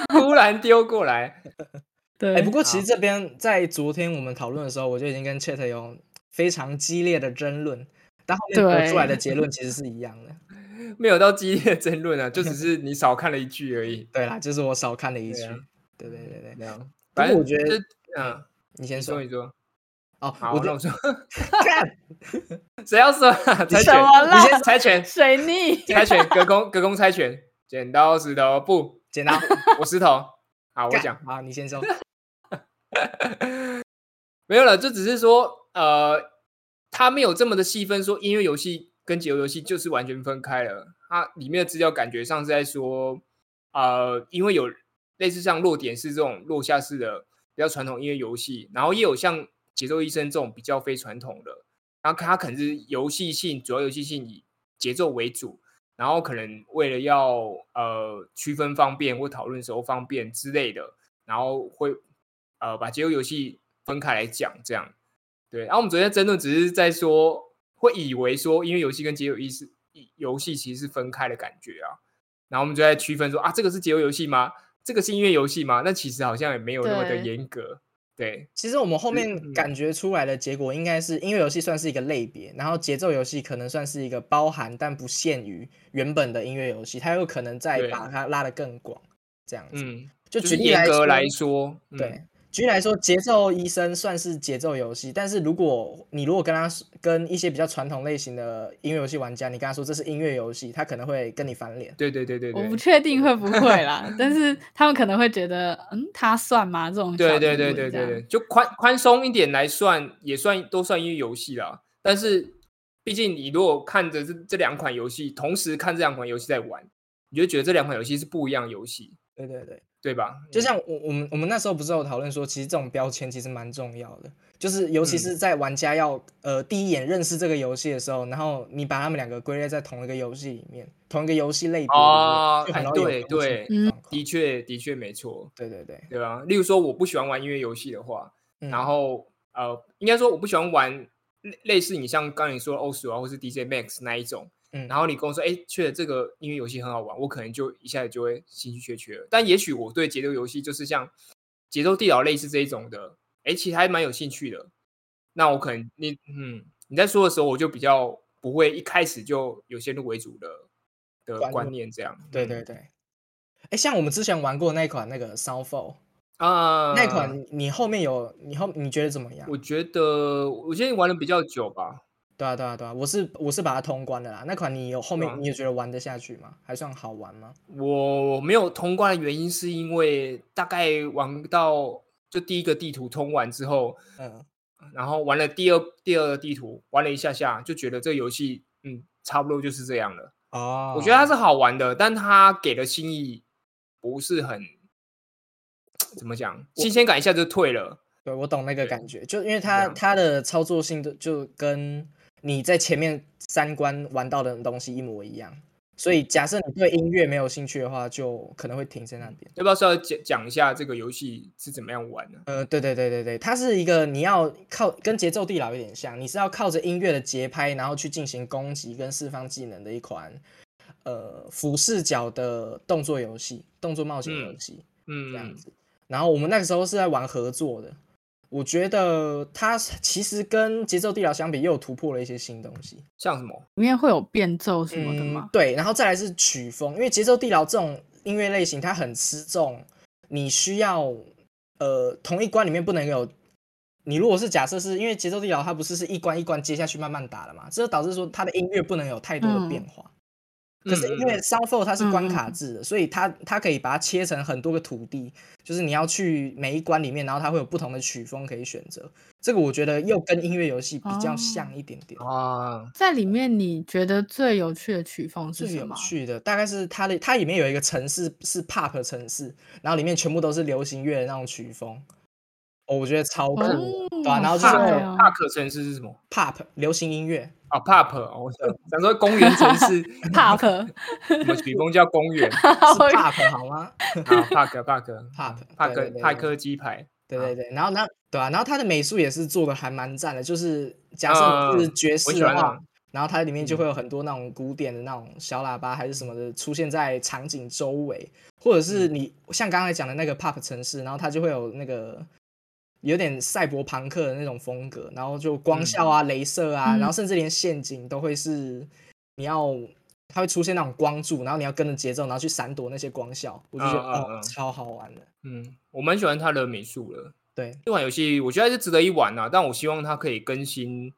Speaker 2: 突然丢过来，
Speaker 1: 对，
Speaker 3: 哎、不过其实这边在昨天我们讨论的时候，我就已经跟 Chat 有非常激烈的争论，但后面得出来的
Speaker 1: 对
Speaker 3: 结论其实是一样的。
Speaker 2: 没有到激烈的争论啊，就只是你少看了一句而 已。
Speaker 3: 对啦，就是我少看了一句
Speaker 2: 对啊。
Speaker 3: 对对对对，
Speaker 2: 这样，
Speaker 3: 不
Speaker 2: 反
Speaker 3: 过
Speaker 2: 正
Speaker 3: 我觉得
Speaker 2: 这，嗯，
Speaker 3: 你
Speaker 2: 你
Speaker 3: 先
Speaker 2: 说
Speaker 3: 说
Speaker 2: 你说，
Speaker 3: 哦，
Speaker 2: 好，
Speaker 3: 我
Speaker 2: 那
Speaker 3: 就
Speaker 2: 我说，
Speaker 3: 看
Speaker 2: 谁要说啊？猜
Speaker 1: 什
Speaker 2: 拳，
Speaker 1: 么啦
Speaker 2: 你先猜拳，
Speaker 1: 水逆
Speaker 2: 猜拳，隔空隔空猜拳，剪刀石头布，
Speaker 3: 剪刀，
Speaker 2: 我石头。好，我
Speaker 3: 干
Speaker 2: 讲，
Speaker 3: 好，你先说。
Speaker 2: 没有了，这只是说，呃，它没有这么的细分，说音乐游戏跟节奏游戏就是完全分开了。它里面的资料感觉上是在说，呃，因为有类似像落点式这种落下式的比较传统音乐游戏，然后也有像节奏医生这种比较非传统的，然后它可能是游戏性，主要游戏性以节奏为主，然后可能为了要呃区分方便或讨论时候方便之类的，然后会呃把节奏游戏分开来讲，这样对。啊然后我们昨天争论只是在说，会以为说因为游戏跟节奏意思游戏其实是分开的感觉啊，然后我们就在区分说啊这个是节奏游戏吗？这个是音乐游戏吗？那其实好像也没有那么的
Speaker 1: 对
Speaker 2: 严格，对
Speaker 3: 其实我们后
Speaker 2: 就是
Speaker 3: 面
Speaker 2: 嗯
Speaker 3: 感觉出来的结果应该是音乐游戏算是一个类别，然后节奏游戏可能算是一个包含但不限于原本的音乐游戏，它有可能再
Speaker 2: 对
Speaker 3: 把它拉得更广，这样子。
Speaker 2: 嗯，
Speaker 3: 就
Speaker 2: 就是
Speaker 3: 举例来
Speaker 2: 严格
Speaker 3: 说，
Speaker 2: 来说，嗯
Speaker 3: 对，举例来说，节奏医生算是节奏游戏，但是如果你如果跟他说跟一些比较传统类型的音乐游戏玩家，你跟他说这是音乐游戏，他可能会跟你翻脸。
Speaker 2: 对对对 对对，
Speaker 1: 我不确定会不会 啦，但是他们可能会觉得，嗯，他算吗？这种
Speaker 2: 对
Speaker 1: 小
Speaker 2: 对
Speaker 1: 疑
Speaker 2: 对
Speaker 1: 问
Speaker 2: 对
Speaker 1: 这
Speaker 2: 对
Speaker 1: 样
Speaker 2: 对，就宽宽松一点来算，也算都算一个游戏啦。但是，毕竟你如果看着这这两款游戏，同时看这两款游戏在玩，你就觉得这两款游戏是不一样的游戏，
Speaker 3: 对对对，
Speaker 2: 对嗯吧？
Speaker 3: 就像我我们我们那时候不是有讨论说，其实这种标签其实蛮重要的，就是尤其
Speaker 2: 嗯
Speaker 3: 是在玩家要、呃第一眼认识这个游戏的时候，然后你把他们两个归类在同一个游戏里面，同一个游戏类别里面，
Speaker 2: 哦
Speaker 3: 就很
Speaker 2: 哎
Speaker 3: 容易
Speaker 2: 对
Speaker 3: 有攻击
Speaker 2: 对
Speaker 3: 的状况
Speaker 2: 的确的确没错，
Speaker 3: 对对对，
Speaker 2: 对吧？例如说，我不喜欢玩音乐游戏的话，
Speaker 3: 嗯
Speaker 2: 然后呃，应该说我不喜欢玩类类似你像刚才你说的 o s 啊，或是 DJ Max 那一种。
Speaker 3: 嗯
Speaker 2: 然后你跟我说，哎，确实这个音乐游戏很好玩，我可能就一下子就会兴趣缺缺了。但也许我对节奏游戏就是像节奏地牢类似这一种的，哎，其实还蛮有兴趣的。那我可能你嗯，你在说的时候，我就比较不会一开始就有先入为主的的
Speaker 3: 观
Speaker 2: 观
Speaker 3: 念
Speaker 2: 念这样。嗯
Speaker 3: 对对对。哎，像我们之前玩过那款那个 s o u t f o
Speaker 2: 嗯啊，
Speaker 3: 那款你后面有你后你觉得怎么样
Speaker 2: 我？觉得我今天玩的比较久吧，
Speaker 3: 对啊对啊对啊，我是我是把它通关的啦。那款你有后
Speaker 2: 对
Speaker 3: 面
Speaker 2: 啊
Speaker 3: 你有觉得玩得下去吗？还算好玩吗？
Speaker 2: 我没有通关的原因是因为大概玩到就第一个地图通完之后，
Speaker 3: 嗯，
Speaker 2: 然后玩了第二第二个地图，玩了一下下就觉得这个游戏嗯差不多就是这样了。
Speaker 3: 哦
Speaker 2: 我觉得它是好玩的，但它给的新意不是很怎么讲，新鲜感一下就退了。
Speaker 3: 对，我懂那个
Speaker 2: 对啊
Speaker 3: 感觉，就因为
Speaker 2: 这
Speaker 3: 它
Speaker 2: 样
Speaker 3: 它的操作性的就跟你在前面三关玩到的东西一模一样，所以假设你对音乐没有兴趣的话，就可能会停在那边。
Speaker 2: 要不要稍微讲讲一下这个游戏是怎么样玩呢、
Speaker 3: 呃，对对对对对，它是一个你要靠跟节奏地牢有点像，你是要靠着音乐的节拍，然后去进行攻击跟释放技能的一款呃俯视角的动作游戏，动作冒险游
Speaker 2: 嗯
Speaker 3: 戏。
Speaker 2: 嗯，
Speaker 3: 这样子。然后我们那个时候是在玩合作的，我觉得它其实跟节奏地牢相比，又突破了一些新东西。
Speaker 2: 像什么？
Speaker 1: 里面会有变奏什么的
Speaker 3: 嗯
Speaker 1: 吗？，
Speaker 3: 对，然后再来是曲风，因为节奏地牢这种音乐类型，它很吃重你需要呃，同一关里面不能有。你如果是假设是因为节奏地牢，它不是是一关一关接下去慢慢打了嘛，这就导致说它的音乐不能有太多的变
Speaker 1: 嗯
Speaker 3: 化。可是因为 Soundfall 它是关卡制的，所以它它可以把它切成很多个土地，就是你要去每一关里面，然后它会有不同的曲风可以选择。这个我觉得又跟音乐游戏比较
Speaker 1: 哦
Speaker 3: 像一点点。
Speaker 2: 啊，
Speaker 1: 在里面你觉得最有趣的曲风是
Speaker 3: 最
Speaker 1: 什
Speaker 3: 有
Speaker 1: 么？啊
Speaker 3: 趣的大概是它的，它里面有一个城市是 pop 城市，然后里面全部都是流行乐的那种曲风，哦，我觉得超酷的，
Speaker 2: 嗯
Speaker 3: 对啊？
Speaker 1: 哦
Speaker 3: 然后就
Speaker 1: 好
Speaker 3: 是
Speaker 1: 帅
Speaker 3: 那
Speaker 1: 哦
Speaker 3: 种
Speaker 2: 帕克城市是什么
Speaker 3: pop 流行音 乐，
Speaker 2: 啊？pop，哦我想想说公园城市
Speaker 1: Pop，
Speaker 2: 什么曲风叫公园
Speaker 3: 是 pop 好 吗
Speaker 2: 啊？park park
Speaker 3: ？pop
Speaker 2: 帕
Speaker 3: 对
Speaker 2: 克
Speaker 3: 对对
Speaker 2: 派
Speaker 3: 对
Speaker 2: 克鸡排，
Speaker 3: 对对对，然后那对啊，然后它的美术也是做的还蛮赞的，就是假设你是哦
Speaker 2: 嗯
Speaker 3: 爵
Speaker 2: 我
Speaker 3: 士
Speaker 2: 喜
Speaker 3: 的
Speaker 2: 欢那
Speaker 3: 话，
Speaker 2: 种
Speaker 3: 然后它里面就
Speaker 2: 嗯
Speaker 3: 会有很多那种古典的那种小喇叭还是什么的出现在场景周围，或者是
Speaker 2: 嗯
Speaker 3: 你像刚才讲的那个 pop 城市，然后它就会有那个有点赛博朋克的那种风格，然后就光
Speaker 2: 嗯
Speaker 3: 效啊、镭射啊，
Speaker 1: 嗯
Speaker 3: 然后甚至连陷阱都会是你要。它会出现那种光柱，然后你要跟着节奏，然后去闪躲那些光效，我就觉得、
Speaker 2: 嗯嗯
Speaker 3: 哦
Speaker 2: 嗯，
Speaker 3: 超好玩的。
Speaker 2: 嗯，我蛮喜欢它的美术了。
Speaker 3: 对，
Speaker 2: 这款游戏我觉得还是值得一玩啊，但我希望它可以更新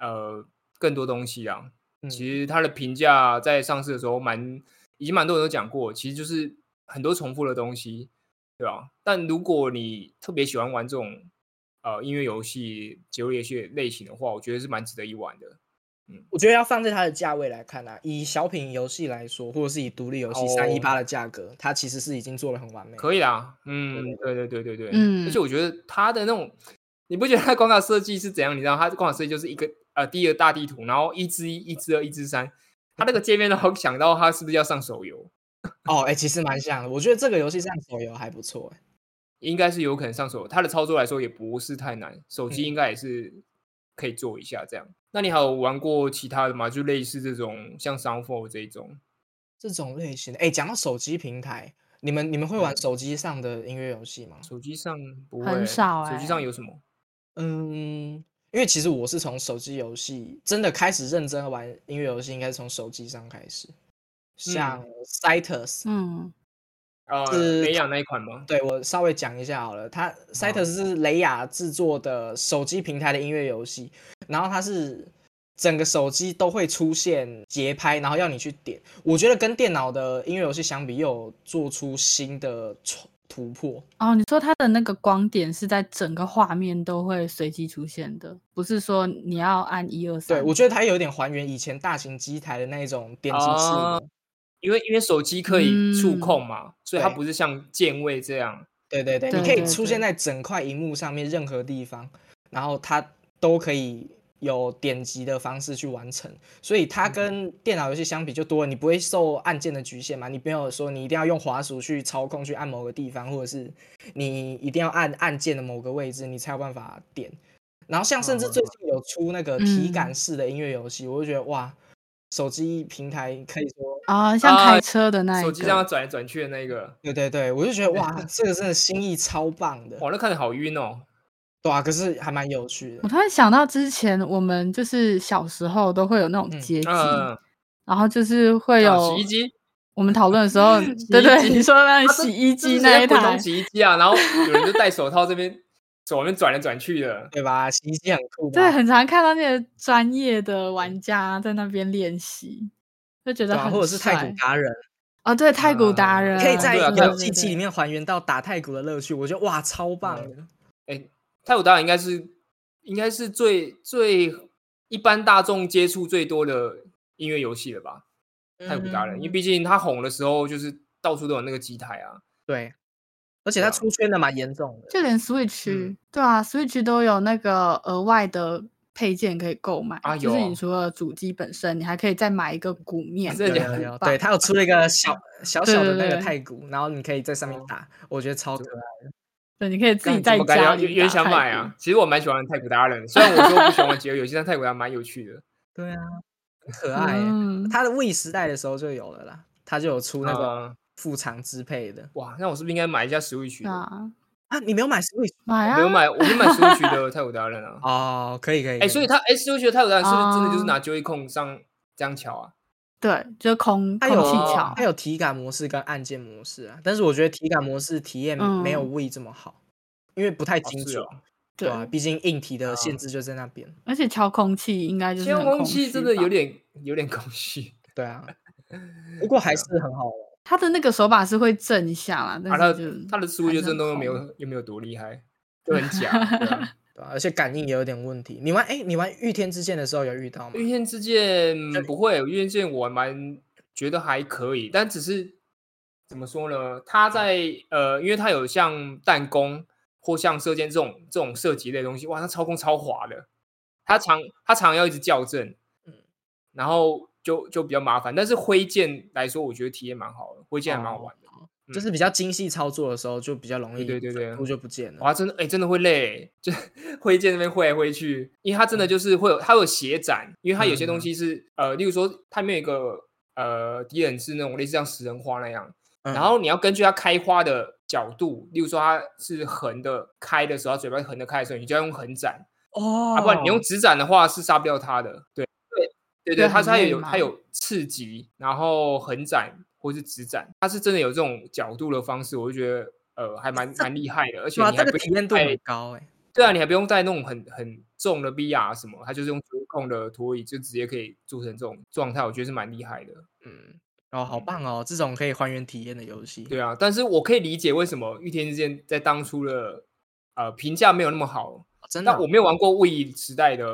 Speaker 2: 呃更多东西啊。
Speaker 3: 嗯
Speaker 2: 其实它的评价在上市的时候蛮，已经蛮多人都讲过，其实就是很多重复的东西，对吧、但如果你特别喜欢玩这种呃音乐游戏、节奏游戏类型的话，我觉得是蛮值得一玩的。
Speaker 3: 我觉得要放在它的价位来看啊，以小品游戏来说，或者是以独立游戏
Speaker 2: 哦
Speaker 3: 三一八的价格，它其实是已经做的很完美。
Speaker 2: 可以啦，嗯，对对对对对，
Speaker 1: 嗯
Speaker 2: 而且我觉得它的那种，你不觉得它关卡设计是怎样？你知道，它的关卡设计就是一个呃第一个大地图，然后一之一、一之二、一之三，它那个界面都 好想到它是不是要上手游？
Speaker 3: 哦，哎、其实蛮像的。我觉得这个游戏上手游还不错、哎
Speaker 2: 应该是有可能上手游，它的操作来说也不是太难，手机
Speaker 3: 嗯
Speaker 2: 应该也是可以做一下这样。那你还有玩过其他的吗？就类似这种像 Soundfall 这一种，
Speaker 3: 这种类型的。哎、讲到手机平台，你们你们会
Speaker 2: 嗯
Speaker 3: 玩手机上的音乐游戏吗？
Speaker 2: 手机上不会
Speaker 1: 很
Speaker 2: 欸，
Speaker 1: 少
Speaker 2: 手机
Speaker 1: 欸
Speaker 2: 上有什么？
Speaker 3: 嗯，因为其实我是从手机游戏真的开始认真玩音乐游戏，应该是从手机上开始，
Speaker 2: 嗯
Speaker 3: 像 Citus，、
Speaker 1: 嗯，
Speaker 2: 呃，
Speaker 3: 是
Speaker 2: 培养那一款吗？
Speaker 3: 对我稍微讲一下好了，它 Citus 是雷亚制作的手机平台的音乐游戏，然后它是整个手机都会出现节拍，然后要你去点。我觉得跟电脑的音乐游戏相比，又有做出新的突突破。
Speaker 1: 哦，你说它的那个光点是在整个画面都会随机出现的，不是说你要按一二三。
Speaker 3: 对我觉得它有点还原以前大型机台的那一种点击式的
Speaker 2: 哦因为因为手机可以触
Speaker 1: 嗯
Speaker 2: 控嘛，所以它
Speaker 3: 对
Speaker 2: 不是像键位这样。
Speaker 3: 对对对，
Speaker 1: 对
Speaker 3: 你可以
Speaker 1: 对
Speaker 3: 出
Speaker 1: 对
Speaker 3: 现在整块荧幕上面任何地方，然后它都可以有点击的方式去完成，所以
Speaker 1: 嗯
Speaker 3: 它跟电脑游戏相比就多了，你不会受按键的局限嘛，你没有说你一定要用滑鼠去操控去按某个地方，或者是你一定要按按键的某个位置，你才有办法点。然后像甚至最近有出那个体感
Speaker 1: 哦嗯
Speaker 3: 式的音乐游戏，我就觉得哇，手机平台可以说
Speaker 1: 啊、像
Speaker 2: 啊
Speaker 1: 开车的那一个，
Speaker 2: 手机上转来转去的那个，
Speaker 3: 对对对，我就觉得 哇，这个真的心意超棒的，
Speaker 2: 哇，那看着好晕哦。
Speaker 3: 对啊，可是还蛮有趣的
Speaker 1: 我。突然想到之前我们就是小时候都会有那种
Speaker 3: 嗯
Speaker 1: 街机，哎
Speaker 2: 嗯，
Speaker 1: 然后就是会有、
Speaker 2: 啊洗衣机，
Speaker 1: 我们讨论的时候，对
Speaker 2: 衣
Speaker 1: 对，
Speaker 2: 机
Speaker 1: 你说的那
Speaker 2: 啊
Speaker 1: 个
Speaker 2: 这
Speaker 1: 洗衣
Speaker 2: 这
Speaker 1: 机
Speaker 2: 是谁在
Speaker 1: 那一
Speaker 2: 滚
Speaker 1: 台
Speaker 2: 筒，洗衣机啊，然后有人就 戴手套这边手那边转来转去的。
Speaker 3: 对吧？洗衣机很酷吧？
Speaker 1: 对，很常看到那些专业的玩家在那边练习，就觉得
Speaker 3: 对
Speaker 2: 啊
Speaker 3: 吧？
Speaker 1: 很
Speaker 3: 或者是太
Speaker 1: 帅
Speaker 3: 古达人，
Speaker 1: 哦，对，太古达
Speaker 2: 嗯
Speaker 1: 人
Speaker 3: 可以在
Speaker 2: 对啊
Speaker 3: 一
Speaker 2: 对啊
Speaker 3: 个机器里面还原到打太古的乐趣，我觉得哇，超棒的！
Speaker 2: 泰晤达尔应该是应该是最最一般大众接触最多的音乐游戏了吧？泰晤达人，因为
Speaker 3: 嗯
Speaker 2: 毕竟他红的时候就是到处都有那个机台啊。
Speaker 3: 对，而且
Speaker 2: 对
Speaker 3: 他
Speaker 2: 啊
Speaker 3: 出圈的蛮严重的。
Speaker 1: 就连 Switch，、
Speaker 2: 嗯
Speaker 1: 对啊，Switch 都有那个额外的配件可以购买，
Speaker 2: 啊
Speaker 1: 就是
Speaker 2: 有
Speaker 1: 你除了主机本身，你还可以再买一 个鼓面，
Speaker 2: 真
Speaker 3: 有
Speaker 2: 的假的
Speaker 3: 有
Speaker 1: 鼓
Speaker 3: 有，
Speaker 1: 棒
Speaker 3: 对他有出了一个小小小的那
Speaker 1: 对对
Speaker 3: 个
Speaker 1: 对
Speaker 3: 太古，然后你可以在上面
Speaker 2: 哦
Speaker 3: 打，我觉得超可爱。
Speaker 1: 对，你可以自己
Speaker 2: 干
Speaker 1: 在
Speaker 2: 怎么感觉
Speaker 1: 家
Speaker 2: 有
Speaker 1: 里
Speaker 2: 有点
Speaker 1: 打
Speaker 2: 想
Speaker 1: 太
Speaker 2: 买
Speaker 1: 鼓
Speaker 2: 啊？。其实我蛮喜欢泰国达人，虽然我说我不喜欢玩节奏游戏，但泰国达人蛮有趣的。
Speaker 3: 对啊，很可
Speaker 2: 啊
Speaker 3: 爱耶。
Speaker 1: 嗯，
Speaker 3: 他的 We 时代的时候就有了啦，他就有出那个
Speaker 1: 嗯
Speaker 2: 啊
Speaker 3: 副厂支配的
Speaker 2: 哇，那我是不是应该买一下 Switch？的
Speaker 1: 啊，
Speaker 3: 啊。你没有买 Switch
Speaker 1: 买
Speaker 2: 没有
Speaker 1: 啊，
Speaker 2: 买，我就买 Switch 的泰国达人啊。
Speaker 3: 哦？可以可以。
Speaker 2: 哎，所以他哎，Switch 的泰国达人是不是真的就是
Speaker 1: 哦
Speaker 2: 拿 Joy 控上这样瞧啊？
Speaker 1: 对，就是空
Speaker 3: 它
Speaker 1: 空
Speaker 3: 有
Speaker 1: 气
Speaker 2: 巧
Speaker 1: 桥
Speaker 3: 它，有体感模式跟按键模式啊，但是我觉得体感模式体验没有 We 这么好。因为不太
Speaker 2: 哦
Speaker 3: 精
Speaker 2: 是
Speaker 3: 准，
Speaker 2: 哦
Speaker 1: 嗯对，
Speaker 3: 对吧、毕竟硬体的限
Speaker 2: 啊
Speaker 3: 制就在那边。
Speaker 1: 而且敲空气应该就是
Speaker 2: 天
Speaker 1: 很
Speaker 2: 空
Speaker 1: 空
Speaker 2: 气
Speaker 1: 虚
Speaker 2: 真的
Speaker 1: 吧
Speaker 2: 有点有点空虚，
Speaker 3: 对啊， 不过还是很好玩。
Speaker 1: 他的那个手把是会震一下啦，
Speaker 2: 啊，
Speaker 1: 但
Speaker 2: 他
Speaker 1: 是就
Speaker 2: 他的思维
Speaker 1: 还
Speaker 2: 就是震
Speaker 1: 很
Speaker 2: 动又没
Speaker 1: 空
Speaker 2: 有又没有多厉害，就很假。对 啊
Speaker 3: 对、啊，而且感应也有点问题。你玩哎、你玩御天之剑的时候有遇到吗？
Speaker 2: 御剑之剑
Speaker 3: 这里
Speaker 2: 不会，御剑之剑我还蛮觉得还可以，但只是怎么说呢？它在呃，因为它有像弹弓或像射箭这种这种射击类的东西，哇，它操控超滑的，它常它常要一直校正，
Speaker 3: 嗯
Speaker 2: 嗯，然后就就比较麻烦。但是挥剑来说，我觉得体验蛮好的，挥剑还蛮好
Speaker 3: 哦
Speaker 2: 玩的。嗯
Speaker 3: 就是比较精细操作的时候就比较容易，
Speaker 2: 对对对对
Speaker 3: 路就不见了。
Speaker 2: 哇，真的，哎、真的会累，就是 挥剑那边挥来挥去，因为它真的就是会有，它会有斜展，因为它有些
Speaker 3: 嗯
Speaker 2: 东西是，呃，例如说它里面有一个呃敌人是那种类似像食人花那样，
Speaker 3: 嗯
Speaker 2: 然后你要根据它开花的角度，例如说它是横的开的时候，它嘴巴是横的开的时候，你就要用横斩，
Speaker 3: 哦，
Speaker 2: 啊，不然你用直斩的话是杀不掉它的。对对
Speaker 1: 对
Speaker 2: 对对，它
Speaker 1: 很
Speaker 2: 它也
Speaker 1: 累
Speaker 2: 有
Speaker 1: 嘛
Speaker 2: 它有刺激，然后横斩或是直斩，它是真的有这种角度的方式，我就觉得呃还蛮
Speaker 3: 这
Speaker 2: 蛮厉害的，而且
Speaker 3: 对啊，
Speaker 2: 你
Speaker 3: 这
Speaker 2: 还
Speaker 3: 个
Speaker 2: 不
Speaker 3: 体
Speaker 2: 用
Speaker 3: 验度
Speaker 2: 带
Speaker 3: 很高哎、
Speaker 2: 对啊，你还不用带那种很很重的 VR 什么，它就是用主控的拖椅就直接可以做成这种状态，我觉得是蛮厉害的。
Speaker 3: 嗯，哦，好棒哦，这种可以还原体验的游戏。哦
Speaker 2: 对啊，但是我可以理解为什么《御天之剑》在当初的呃评价没有那么好，
Speaker 3: 哦真的
Speaker 2: 但
Speaker 3: 哦
Speaker 2: 我没有玩过未时代的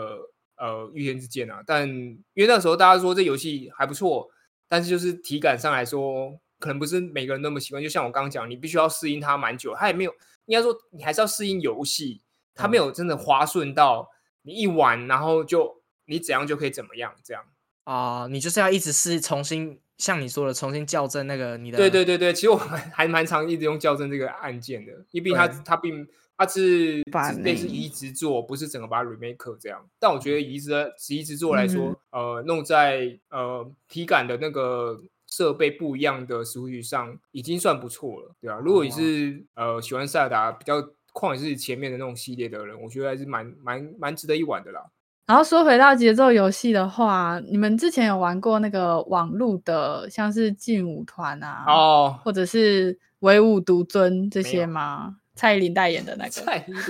Speaker 2: 呃《御天之剑》啊，但因为那时候大家说这游戏还不错，但是就是体感上来说，可能不是每个人那么喜欢。就像我刚刚讲，你必须要适应它蛮久，它也没有，应该说你还是要适应游戏，它没
Speaker 3: 嗯
Speaker 2: 有真的滑顺到你一玩，然后就你怎样就可以怎么样这样。
Speaker 3: 啊、你就是要一直是重新像你说的重新校正那个你的
Speaker 2: 对对对对，其实我们还 蛮常一直用校正这个按键的，因为毕竟它
Speaker 3: 对
Speaker 2: 它并它是
Speaker 1: 把
Speaker 2: 只类似
Speaker 1: 那
Speaker 2: 移植做，不是整个把它 remake 这样。但我觉
Speaker 3: 嗯
Speaker 2: 得移植的移植做来说，呃，弄在呃体感的那个设备不一样的 Switch 上，已经算不错了，对啊。如果你
Speaker 3: 哦
Speaker 2: 是呃喜欢塞尔达比较旷野之息前面的那种系列的人，我觉得还是蛮蛮蛮值得一玩的啦。
Speaker 1: 然后说回到节奏游戏的话，你们之前有玩过那个网路的，像是劲舞团啊，
Speaker 3: 嗯
Speaker 2: 哦，
Speaker 1: 或者是唯舞独尊这
Speaker 2: 没
Speaker 1: 些
Speaker 2: 有
Speaker 1: 吗？蔡依林代言的那个，
Speaker 2: 蔡依林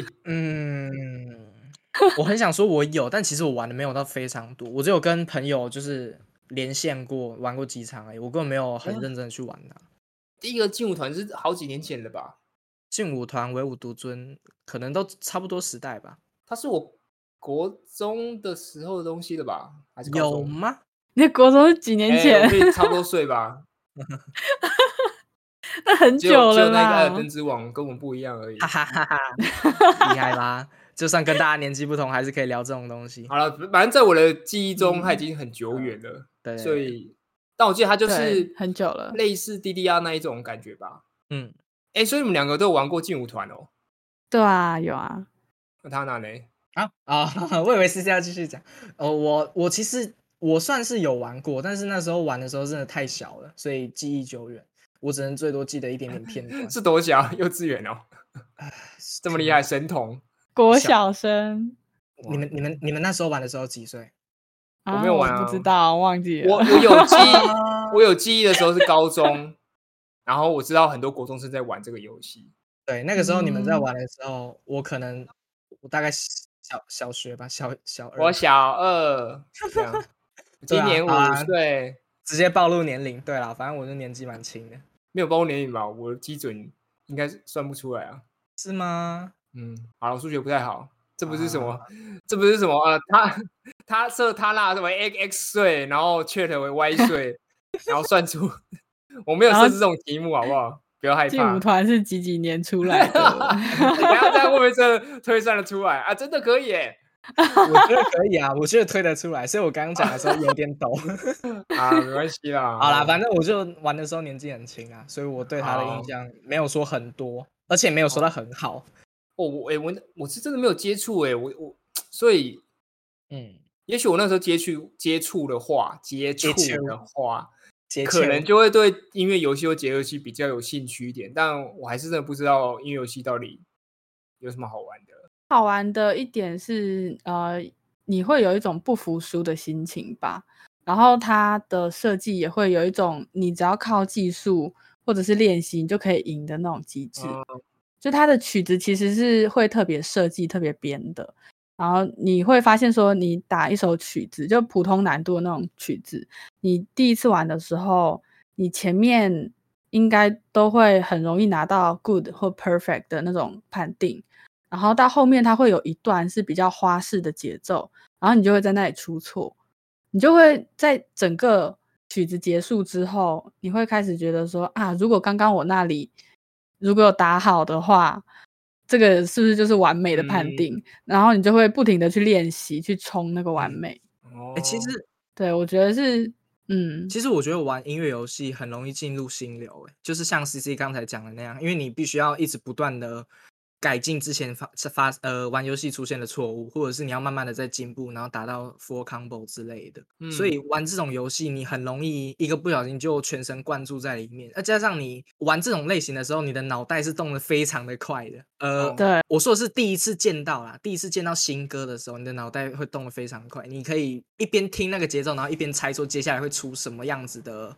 Speaker 3: 嗯，我很想说我有，但其实我玩的没有到非常多，我只有跟朋友就是连线过，玩过几场而已，我根本没有很
Speaker 2: 嗯
Speaker 3: 认真的去玩它、
Speaker 2: 第一个劲舞团是好几年前了吧？
Speaker 3: 劲舞团、唯舞独尊，可能都差不多时代吧？
Speaker 2: 它是我国中的时候的东西了吧？还是高
Speaker 3: 有
Speaker 2: 中？
Speaker 3: 吗？
Speaker 1: 你的国中是几年
Speaker 2: 哎
Speaker 1: 前
Speaker 2: 我？们也差不多 岁吧，
Speaker 1: 那 很
Speaker 2: 只有
Speaker 1: 久
Speaker 2: 只
Speaker 1: 了
Speaker 2: 有那个《艾尔
Speaker 1: 啦。
Speaker 2: 登之王》跟我们不一样而已
Speaker 3: 哈。哈哈哈， 厉害吧？就算跟大家年纪不同，还是可以聊这种东西。
Speaker 2: 好了，反正在我的记忆中，
Speaker 1: 嗯
Speaker 2: 它已经很久远了，
Speaker 3: 对，
Speaker 2: 所以，但我记得它就
Speaker 1: 对
Speaker 2: 是
Speaker 1: 很久了
Speaker 2: 类似 DDR 那一种感觉吧。
Speaker 3: 嗯，
Speaker 2: 哎、所以你们两个都有玩过劲舞团哦？
Speaker 1: 对啊，有啊，
Speaker 2: 那他哪呢？。
Speaker 3: 啊啊， 我以为是要继续讲。哦，我我其实我算是有玩过，但是那时候玩的时候真的太小了，所以记忆久远，我只能最多记得一点点片段
Speaker 2: 是多小？幼稚园哦， 这么厉害，神童。
Speaker 1: 国
Speaker 3: 小
Speaker 1: 小生。
Speaker 3: 你们你们你们那时候玩的时候几岁？
Speaker 1: 我
Speaker 2: 没有玩
Speaker 1: 我不知
Speaker 2: 啊
Speaker 1: 道，忘记了。
Speaker 2: 我我有记忆，我有记忆的时候是高中， 然后我知道很多国中生在玩这个游戏。
Speaker 3: 对，那个时候你们在
Speaker 1: 嗯
Speaker 3: 玩的时候，我可能我大概小小学吧，小小二，
Speaker 2: 我小二，这样今年
Speaker 3: 好啊
Speaker 2: 五岁，
Speaker 3: 直接暴露年龄。对啦，反正我就年纪蛮轻的，
Speaker 2: 没有包括年龄吧？我的基准应该是算不出来啊。
Speaker 3: 是吗？
Speaker 2: 嗯，好了，我数学不太好，这不是什么，
Speaker 3: 啊
Speaker 2: 这不是什么呃，他他设他那什么 x x 岁，然后 chat 为 y 岁，然后算出我没有
Speaker 1: 然后
Speaker 2: 设置这种题目，好不好？不要害
Speaker 1: 劲
Speaker 2: 怕
Speaker 1: 舞，团是几几年出来的？
Speaker 2: 等下这样会不会真的推算得出来啊？真的可以耶！
Speaker 3: 我觉得可以啊，我觉得推得出来，所以我刚刚讲的时候有点抖。
Speaker 2: 啊，没关系啦，
Speaker 3: 好啦，反正我就玩的时候年纪很轻啊，所以我对他的
Speaker 2: 好
Speaker 3: 印象没有说很多，而且没有说他很好。
Speaker 2: 哦，我哎、我我是真的没有接触哎、我我所以
Speaker 3: 嗯，
Speaker 2: 也许我那时候接触接触的话，接触
Speaker 3: 触
Speaker 2: 的话，
Speaker 3: 接
Speaker 2: 可
Speaker 3: 球
Speaker 2: 能就会对音乐游戏或节游戏比较有兴趣一点，但我还是真的不知道音乐游戏到底有什么好玩的。
Speaker 1: 好玩的一点是，呃，你会有一种不服输的心情吧。然后它的设计也会有一种，你只要靠技术或者是练习，你就可以赢的那种机制。
Speaker 2: 嗯
Speaker 1: 就它的曲子其实是会特别设计、特别编的。然后你会发现说，你打一首曲子，就普通难度的那种曲子，你第一次玩的时候，你前面应该都会很容易拿到 good 或 perfect 的那种判定，然后到后面它会有一段是比较花式的节奏，然后你就会在那里出错，你就会在整个曲子结束之后，你会开始觉得说啊，如果刚刚我那里如果有打好的话，这个是不是就是完美的判
Speaker 2: 嗯
Speaker 1: 定？然后你就会不停的去练习，去冲那个完
Speaker 3: 嗯
Speaker 1: 美。
Speaker 2: 哦
Speaker 3: 哎、其实
Speaker 1: 对我觉得是，嗯，
Speaker 3: 其实我觉得玩音乐游戏很容易进入心流、欸，就是像 C C 刚才讲的那样，因为你必须要一直不断的改进之前发是发呃玩游戏出现的错误，或者是你要慢慢的在进步，然后达到 full combo 之类的。所以玩这种游戏，你很容易一个不小心就全神贯注在里面，那加上你玩这种类型的时候，你的脑袋是动得非常的快的。呃，
Speaker 2: 哦
Speaker 1: 对，
Speaker 3: 我说的是第一次见到啦，第一次见到新歌的时候，你的脑袋会动得非常快，你可以一边听那个节奏，然后一边猜说接下来会出什么样子的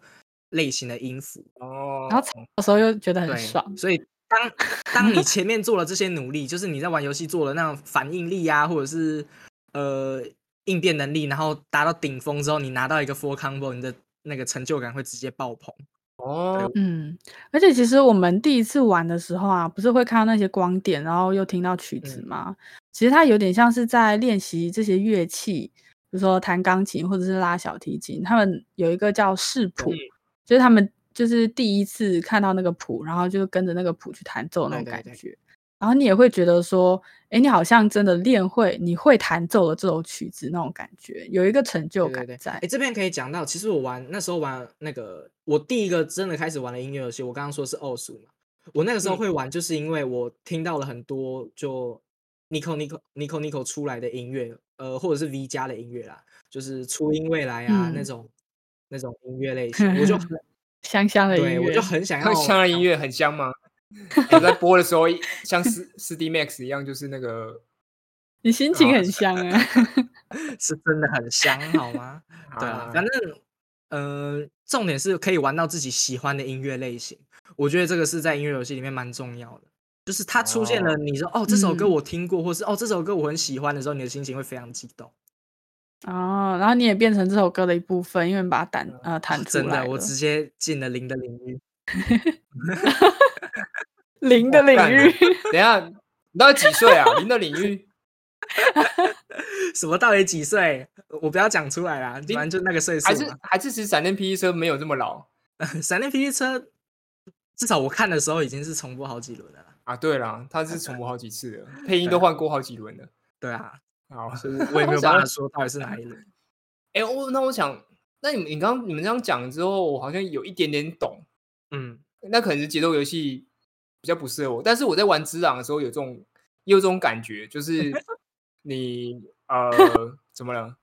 Speaker 3: 类型的音符。
Speaker 2: 哦，
Speaker 1: 然后有时候又觉得很
Speaker 3: 对，
Speaker 1: 爽。
Speaker 3: 所以 当当你前面做了这些努力，就是你在玩游戏做了那种反应力啊，或者是呃应变能力，然后达到顶峰之后，你拿到一个 full combo，你的那个成就感会直接爆棚。
Speaker 2: 哦，
Speaker 1: 嗯，而且其实我们第一次玩的时候啊，不是会看到那些光点，然后又听到曲子
Speaker 3: 嗯
Speaker 1: 吗？其实它有点像是在练习这些乐器，比如说弹钢琴或者是拉小提琴，他们有一个叫视
Speaker 3: 嗯
Speaker 1: 谱，就是他们就是第一次看到那个谱，然后就跟着那个谱去弹奏那种
Speaker 3: 对对
Speaker 1: 感
Speaker 3: 对
Speaker 1: 觉。然后你也会觉得说，哎，你好像真的练会，你会弹奏了这首曲子那种感觉，有一个成就
Speaker 3: 对
Speaker 1: 感
Speaker 3: 对对，
Speaker 1: 在
Speaker 3: 哎，。这边可以讲到，其实我玩那时候玩那个，我第一个真的开始玩的音乐游戏，我刚刚说是奥数嘛，我那个时
Speaker 2: 嗯
Speaker 3: 候会玩，就是因为我听到了很多就 Nico Nico Nico Nico 出来的音乐，呃，或者是 V 加的音乐啦，就是初音未来啊、那
Speaker 1: 嗯
Speaker 3: 种那种音乐类型，我就很
Speaker 1: 香香 的音
Speaker 3: 对我
Speaker 1: 乐，
Speaker 3: 就很想要
Speaker 2: 看香的音乐很香 吗？我在播的时候像四四 D Max 一样，就是那个
Speaker 1: 你心情
Speaker 2: 好
Speaker 1: 很香啊。
Speaker 3: 是真的很香，好吗？ 对啊，
Speaker 2: 啊
Speaker 3: 反正呃，重点是可以玩到自己喜欢的音乐类型，我觉得这个是在音乐游戏里面蛮重要的。就是它出现了，
Speaker 2: 哦
Speaker 3: 你说哦这首歌
Speaker 1: 嗯
Speaker 3: 我听过，或是哦这首歌我很喜欢的时候，你的心情会非常激动。
Speaker 1: 哦，然后你也变成这首歌的一部分，因为你把它弹呃弹出
Speaker 3: 真
Speaker 1: 来
Speaker 3: 的，
Speaker 1: 了。
Speaker 3: 我直接进了零的领域。
Speaker 1: 零的领
Speaker 2: 干了
Speaker 1: 域，
Speaker 2: 等一下，你到底几岁啊？您的领 域，
Speaker 3: 什么到底几岁？我不要讲出来啦，反正就那个岁数
Speaker 2: 还是
Speaker 3: 嘛。
Speaker 2: 还是其实闪电霹雳车没有这么老
Speaker 3: 闪电霹雳车，至少我看的时候已经是重播好几轮了啦。
Speaker 2: 啊？对啦，他是重播好几次了，配音
Speaker 3: 对
Speaker 2: 都
Speaker 3: 啊
Speaker 2: 换过好几轮了。
Speaker 3: 对啊，
Speaker 2: 好，
Speaker 3: 所以我也没有办法说到底是哪一轮。
Speaker 2: 哎、我那我想，那你们你刚你们这样讲之后，我好像有一点点懂，
Speaker 3: 嗯，
Speaker 2: 那可能是节奏游戏比较不适合我，但是我在玩职狼的时候有这种也有这种感觉，就是你呃怎么了？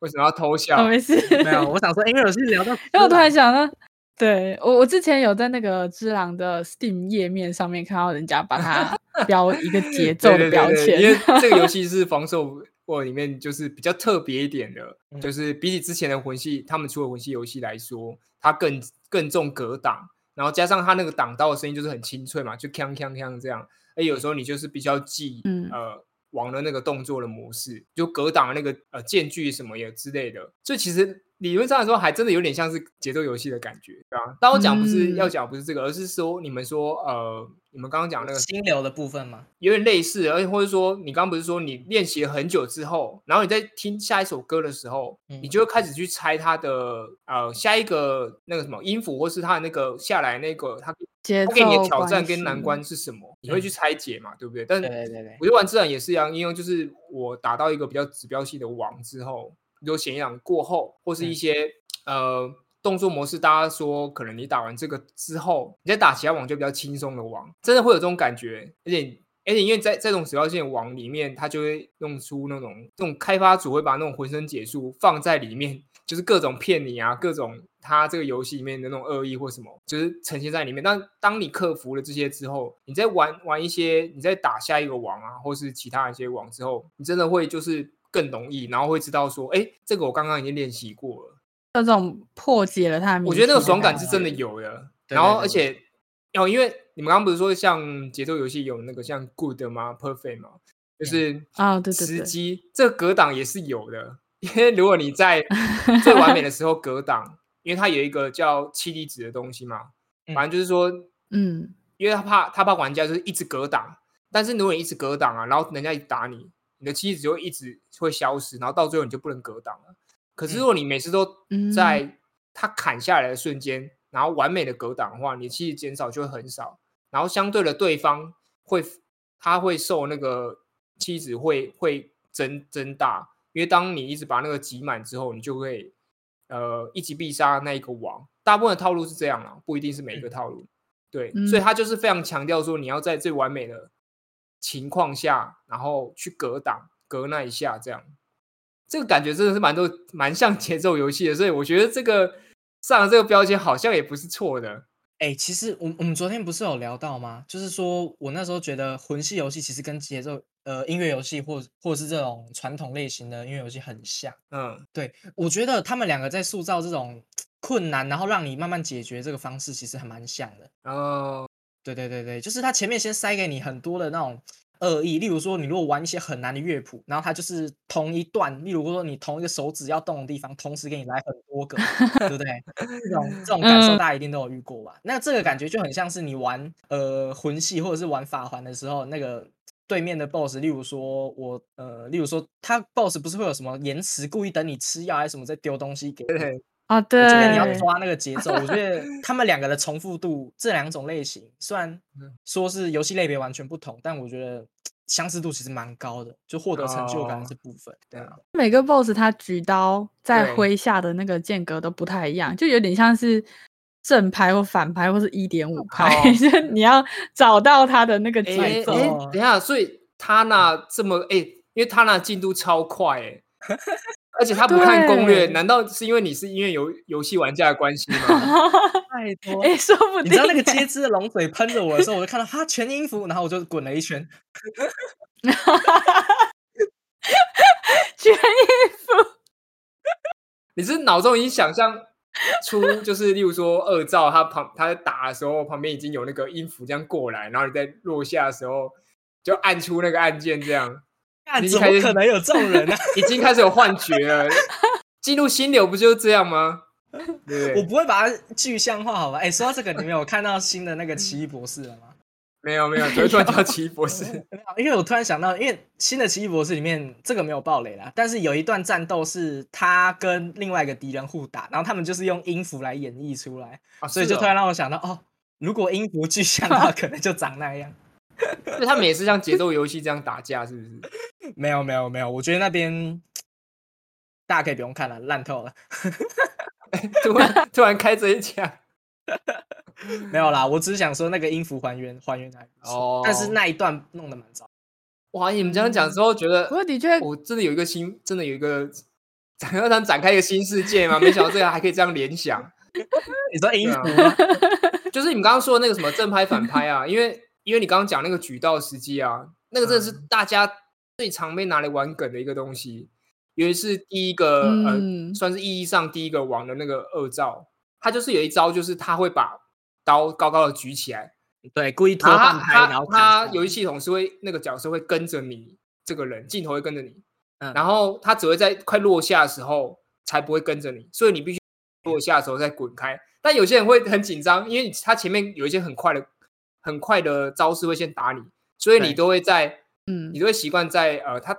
Speaker 2: 为什么要偷 笑？
Speaker 1: 哦，没事。
Speaker 3: 没有，我想说音乐游戏聊到，
Speaker 1: 因为我突然想到，对我我之前有在那个之狼的 Steam 页面上面看到人家把 它标一个节奏的
Speaker 2: 对对
Speaker 1: 标
Speaker 2: 对对，
Speaker 1: 签，
Speaker 2: 因为这个 游戏是防守我里面就是比较特别一点的，
Speaker 3: 嗯
Speaker 2: 就是比起之前的魂系，他们出的魂系游戏来说，它更更重格挡，然后加上它那个挡刀的声音就是很清脆嘛，就锵锵锵这样。哎，有时候你就是必须要记，
Speaker 1: 嗯
Speaker 2: 呃，网的那个动作的模式，就格挡那个呃间距什么也之类的。所以其实理论上来说，还真的有点像是节奏游戏的感觉，对啊。但我讲不是、要
Speaker 1: 嗯
Speaker 2: 讲不是这个，而是说你们说呃，你们刚刚讲那个
Speaker 3: 心流的部分嘛，
Speaker 2: 有点类似，而且或者说你刚刚不是说你练习了很久之后，然后你在听下一首歌的时候，你
Speaker 3: 嗯
Speaker 2: 就会开始去猜它的呃下一个那个什么音符，或是它的那个下来那个它
Speaker 1: 节
Speaker 2: 它给你的
Speaker 1: 奏
Speaker 2: 挑战
Speaker 1: 关
Speaker 2: 跟难
Speaker 1: 系
Speaker 2: 关是什么，你会去拆解嘛，对不对？但
Speaker 3: 对对对对，
Speaker 2: 我觉得玩自然也是一样，因为就是我打到一个比较指标性的王之后，比如显养过后，或是一
Speaker 3: 嗯
Speaker 2: 些、呃动作模式，大家说可能你打完这个之后，你再打其他网就比较轻松的网，真的会有这种感觉，而且。而且因为在在这种指标性的网里面，它就会弄出那种这种开发组会把那种浑身解数放在里面， 就是各种骗你啊，各种他这个游戏里面的那种恶意或什么，就是呈现在里面。但当你克服了这些之后，你在玩玩一些，你在打下一个王啊，或是其他一些王之后，你真的会就是更容易，然后会知道说，哎，这个我刚刚已经练习过了。
Speaker 1: 这种破解了它的迷
Speaker 2: 我
Speaker 1: 思
Speaker 2: 觉得
Speaker 1: 的感觉。啊
Speaker 2: 那个爽感是真的有的。
Speaker 3: 对
Speaker 2: 然
Speaker 3: 对
Speaker 2: 后
Speaker 3: 对
Speaker 2: 而且哦，因为你们刚刚不是说像节奏游戏有那个像 Good 吗？Perfect 吗？就是
Speaker 1: 啊对对
Speaker 2: 时
Speaker 1: 对
Speaker 2: 机，这个格挡也是有的。 因为如果你在最完 美的时候格挡，因为它有一个叫气力值的东西嘛，
Speaker 3: 嗯
Speaker 2: 反正就是说，
Speaker 1: 嗯，
Speaker 2: 因为他怕他怕玩家就是一直格挡，但是如果你一直格挡啊，然后人家一直打你，你的气质就会一直会消失，然后到最后你就不能格挡了。可是如果你每次都
Speaker 1: 嗯
Speaker 2: 在他砍下来的瞬间，然后完美的格挡的话，你的气质减少就会很少，然后相对的对方会他会受那个气质会会增增大，因为当你一直把那个挤满之后，你就会呃一击必杀那一个王。大部分的套路是这样啊，不一定是每一个
Speaker 3: 嗯
Speaker 2: 套路。对，所以他就是非常强调说，你要在最完美的情况下，然后去格挡、格那一下，这样。这个感觉真的是蛮多，蛮像节奏游戏的，所以我觉得这个上了这个标签好像也不是错的。
Speaker 3: 哎、其实我们我们昨天不是有聊到吗？就是说我那时候觉得魂系游戏其实跟节奏呃音乐游戏或或是这种传统类型的音乐游戏很像。
Speaker 2: 嗯
Speaker 3: 对，我觉得他们两个在塑造这种困难，然后让你慢慢解决这个方式，其实还蛮像的。
Speaker 2: 然后
Speaker 3: 对对对对，就是他前面先塞给你很多的那种恶意，例如说你如果玩一些很难的乐谱，然后他就是同一段，例如说你同一个手指要动的地方，同时给你来很多个，对不对？这种这种感受
Speaker 1: 嗯
Speaker 3: 大家一定都有遇过吧？那这个感觉就很像是你玩呃魂系或者是玩法环的时候，那个对面的 BOSS，例如说我呃，例如说他 BOSS 不是会有什么延迟，故意等你吃药还是什么再丢东西给你，
Speaker 1: 啊对，
Speaker 3: 我觉得你要抓那个节奏，我觉得他们两个的重复度，这两种类型虽然
Speaker 2: 嗯
Speaker 3: 说是游戏类别完全不同，但我觉得相似度其实蛮高的，就获得成就感
Speaker 2: 哦
Speaker 3: 的这部分。对啊，
Speaker 1: 每个 boss 他举刀在
Speaker 2: 对
Speaker 1: 麾下的那个间隔都不太一样，就有点像是正拍或反拍，或是一点五拍，
Speaker 2: 哦
Speaker 1: 就是你要找到他的那个
Speaker 2: 哎
Speaker 1: 节
Speaker 2: 哎，
Speaker 1: 奏。
Speaker 3: 欸
Speaker 2: 等一下，所以他那这么哎、因为他那进度超快哎、而且他不看攻略，
Speaker 1: 对
Speaker 2: 难道是因为你是因为游游戏玩家的关系吗？
Speaker 3: 太多
Speaker 1: 哎、说不定
Speaker 3: 你知道那个
Speaker 1: 欸
Speaker 3: 接肢的龙嘴喷着我的时候，我就看到他全音符，然后我就滚了一圈。
Speaker 1: 全衣服，
Speaker 2: 你是脑中已经想象出，就是例如说二兆他旁他在打的时候，旁边已经有那个音符这样过来，然后你在落下的时候就按出那个按键，这样
Speaker 3: 干
Speaker 2: 你一
Speaker 3: 怎
Speaker 2: 开
Speaker 3: 么
Speaker 2: 始
Speaker 3: 可能有这种人啊？
Speaker 2: 已经开始有幻觉了。进入心流不就是这样吗？对不
Speaker 3: 我
Speaker 2: 对，
Speaker 3: 不会把它具象化，好吧？哎、说到这个，你们有看到新的那
Speaker 2: 嗯
Speaker 3: 个奇异博士了吗？
Speaker 2: 没有没有，只会突然叫奇异博士。
Speaker 3: 没有因为我突然想到，因为新的奇异博士里面这个没有暴雷啦，但是有一段战斗是他跟另外一个敌人互打，然后他们就是用音符来演绎出来，
Speaker 2: 啊
Speaker 3: 所以
Speaker 2: 是
Speaker 3: 就
Speaker 2: 哦
Speaker 3: 突然让我想到，哦，如果音符具象的话，可能就长那样。
Speaker 2: 所以他们也是像节奏游戏这样打架，是不 是？
Speaker 3: 没有没有没有，我觉得那边大家可以不用看了，烂透 了。
Speaker 2: 突然突然开这一 枪，
Speaker 3: 没有啦，我只是想说那个音符还原还原得还不错，
Speaker 2: 哦
Speaker 3: 但是那一段弄得蛮糟。
Speaker 2: 哇！你们这样讲之后，觉得
Speaker 1: 不过的
Speaker 3: 嗯
Speaker 1: 确，
Speaker 2: 我真的有一个新，真的有一个，想要想展开一个新世界吗？没想到这个还可以这样联想。
Speaker 3: 你说音
Speaker 2: 对
Speaker 3: 符
Speaker 2: 啊
Speaker 3: 吗？
Speaker 2: 就是你们刚刚说的那个什么正拍反拍啊，因为因为你刚刚讲那个举道时机啊，那个真的是
Speaker 3: 嗯
Speaker 2: 大家最常被拿来玩梗的一个东西，尤其是第一个、
Speaker 1: 嗯
Speaker 2: 呃，算是意义上第一个王的那个恶兆，他就是有一招，就是他会把刀高高的举起来，
Speaker 3: 对，故意拖
Speaker 2: 然后
Speaker 3: 半
Speaker 2: 他
Speaker 3: 拍，
Speaker 2: 他
Speaker 3: 然后
Speaker 2: 啊他
Speaker 3: 砍
Speaker 2: 游戏系统是会那个角色会跟着你这个人，镜头会跟着你，
Speaker 3: 嗯
Speaker 2: 然后他只会在快落下的时候才不会跟着你，所以你必须落下的时候再滚开。但有些人会很紧张，因为他前面有一些很快的、很快的招式会先打你，所以你
Speaker 3: 对
Speaker 2: 都会在
Speaker 1: 嗯
Speaker 2: 你，都会习惯在呃他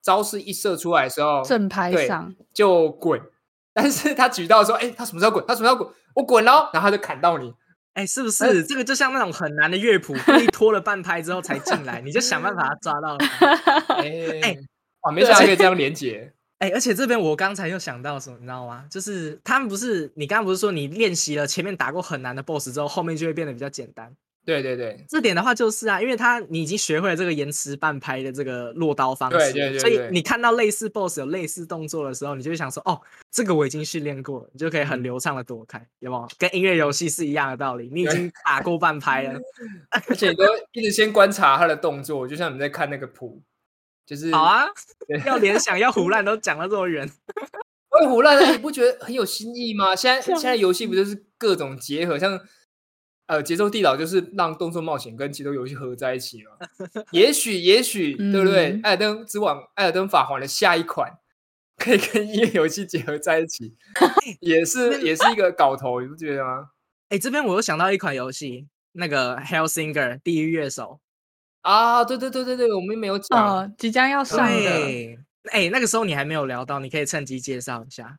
Speaker 2: 招式一射出来的时候
Speaker 1: 正拍
Speaker 2: 对
Speaker 1: 上，
Speaker 2: 就滚。 但是他举到说，哎、他什么时候滚？他什么时候滚？我滚喽！然后他就砍 到你，
Speaker 3: 哎、是
Speaker 2: 呃
Speaker 3: 不是这个就像那种很难的乐 谱，故意拖了半拍之后才进来，你就想办法抓到它。
Speaker 2: 哎、哇，没想到可以这样连 接。
Speaker 3: 哎、而且这边我刚才又想到什么，你知道吗？就是他们不是你刚刚不是说你练习了前面打过很难的 BOSS 之后，后面就会变得比较简单。
Speaker 2: 对对对，
Speaker 3: 这点的话就是啊，因为他你已经学会了这个延迟半拍的这个落刀方式了，
Speaker 2: 对对对
Speaker 3: 所以
Speaker 2: 对
Speaker 3: 你看到类似 BOSS 有类似动作的时候，你就会想说，哦，这个我已经训练过了，你就可以
Speaker 2: 嗯
Speaker 3: 很流畅的躲开，有没有？跟音乐游戏是一样的道理，你已
Speaker 2: 对
Speaker 3: 经打过半拍了，
Speaker 2: 而且你都一直先观察他的动作，就像你在看那个谱，就是
Speaker 3: 好，啊
Speaker 2: 对，
Speaker 3: 要联想要胡乱都讲到这么远，
Speaker 2: 会啊胡乱，你不觉得很有新意吗？现在
Speaker 1: 笑
Speaker 2: 现在游戏不就是各种结合，像呃，节奏地牢就是让动作冒险跟节奏游戏合在一起 了。也许，也许，对不对？
Speaker 1: 嗯
Speaker 2: 艾尔登之王》《艾尔登法环》的下一款可以跟音乐游戏结合在一 起，也是也是一个搞头，你不觉得吗？
Speaker 3: 哎，这边我又想到一款游戏，那个《Hellsinger》地狱乐手。
Speaker 2: 啊，对对对对对，我们没有
Speaker 3: 哦
Speaker 2: 讲。
Speaker 1: 呃，即将要上的，
Speaker 3: 对，哎，那个时候你还没有聊到，你可以趁机介绍一下。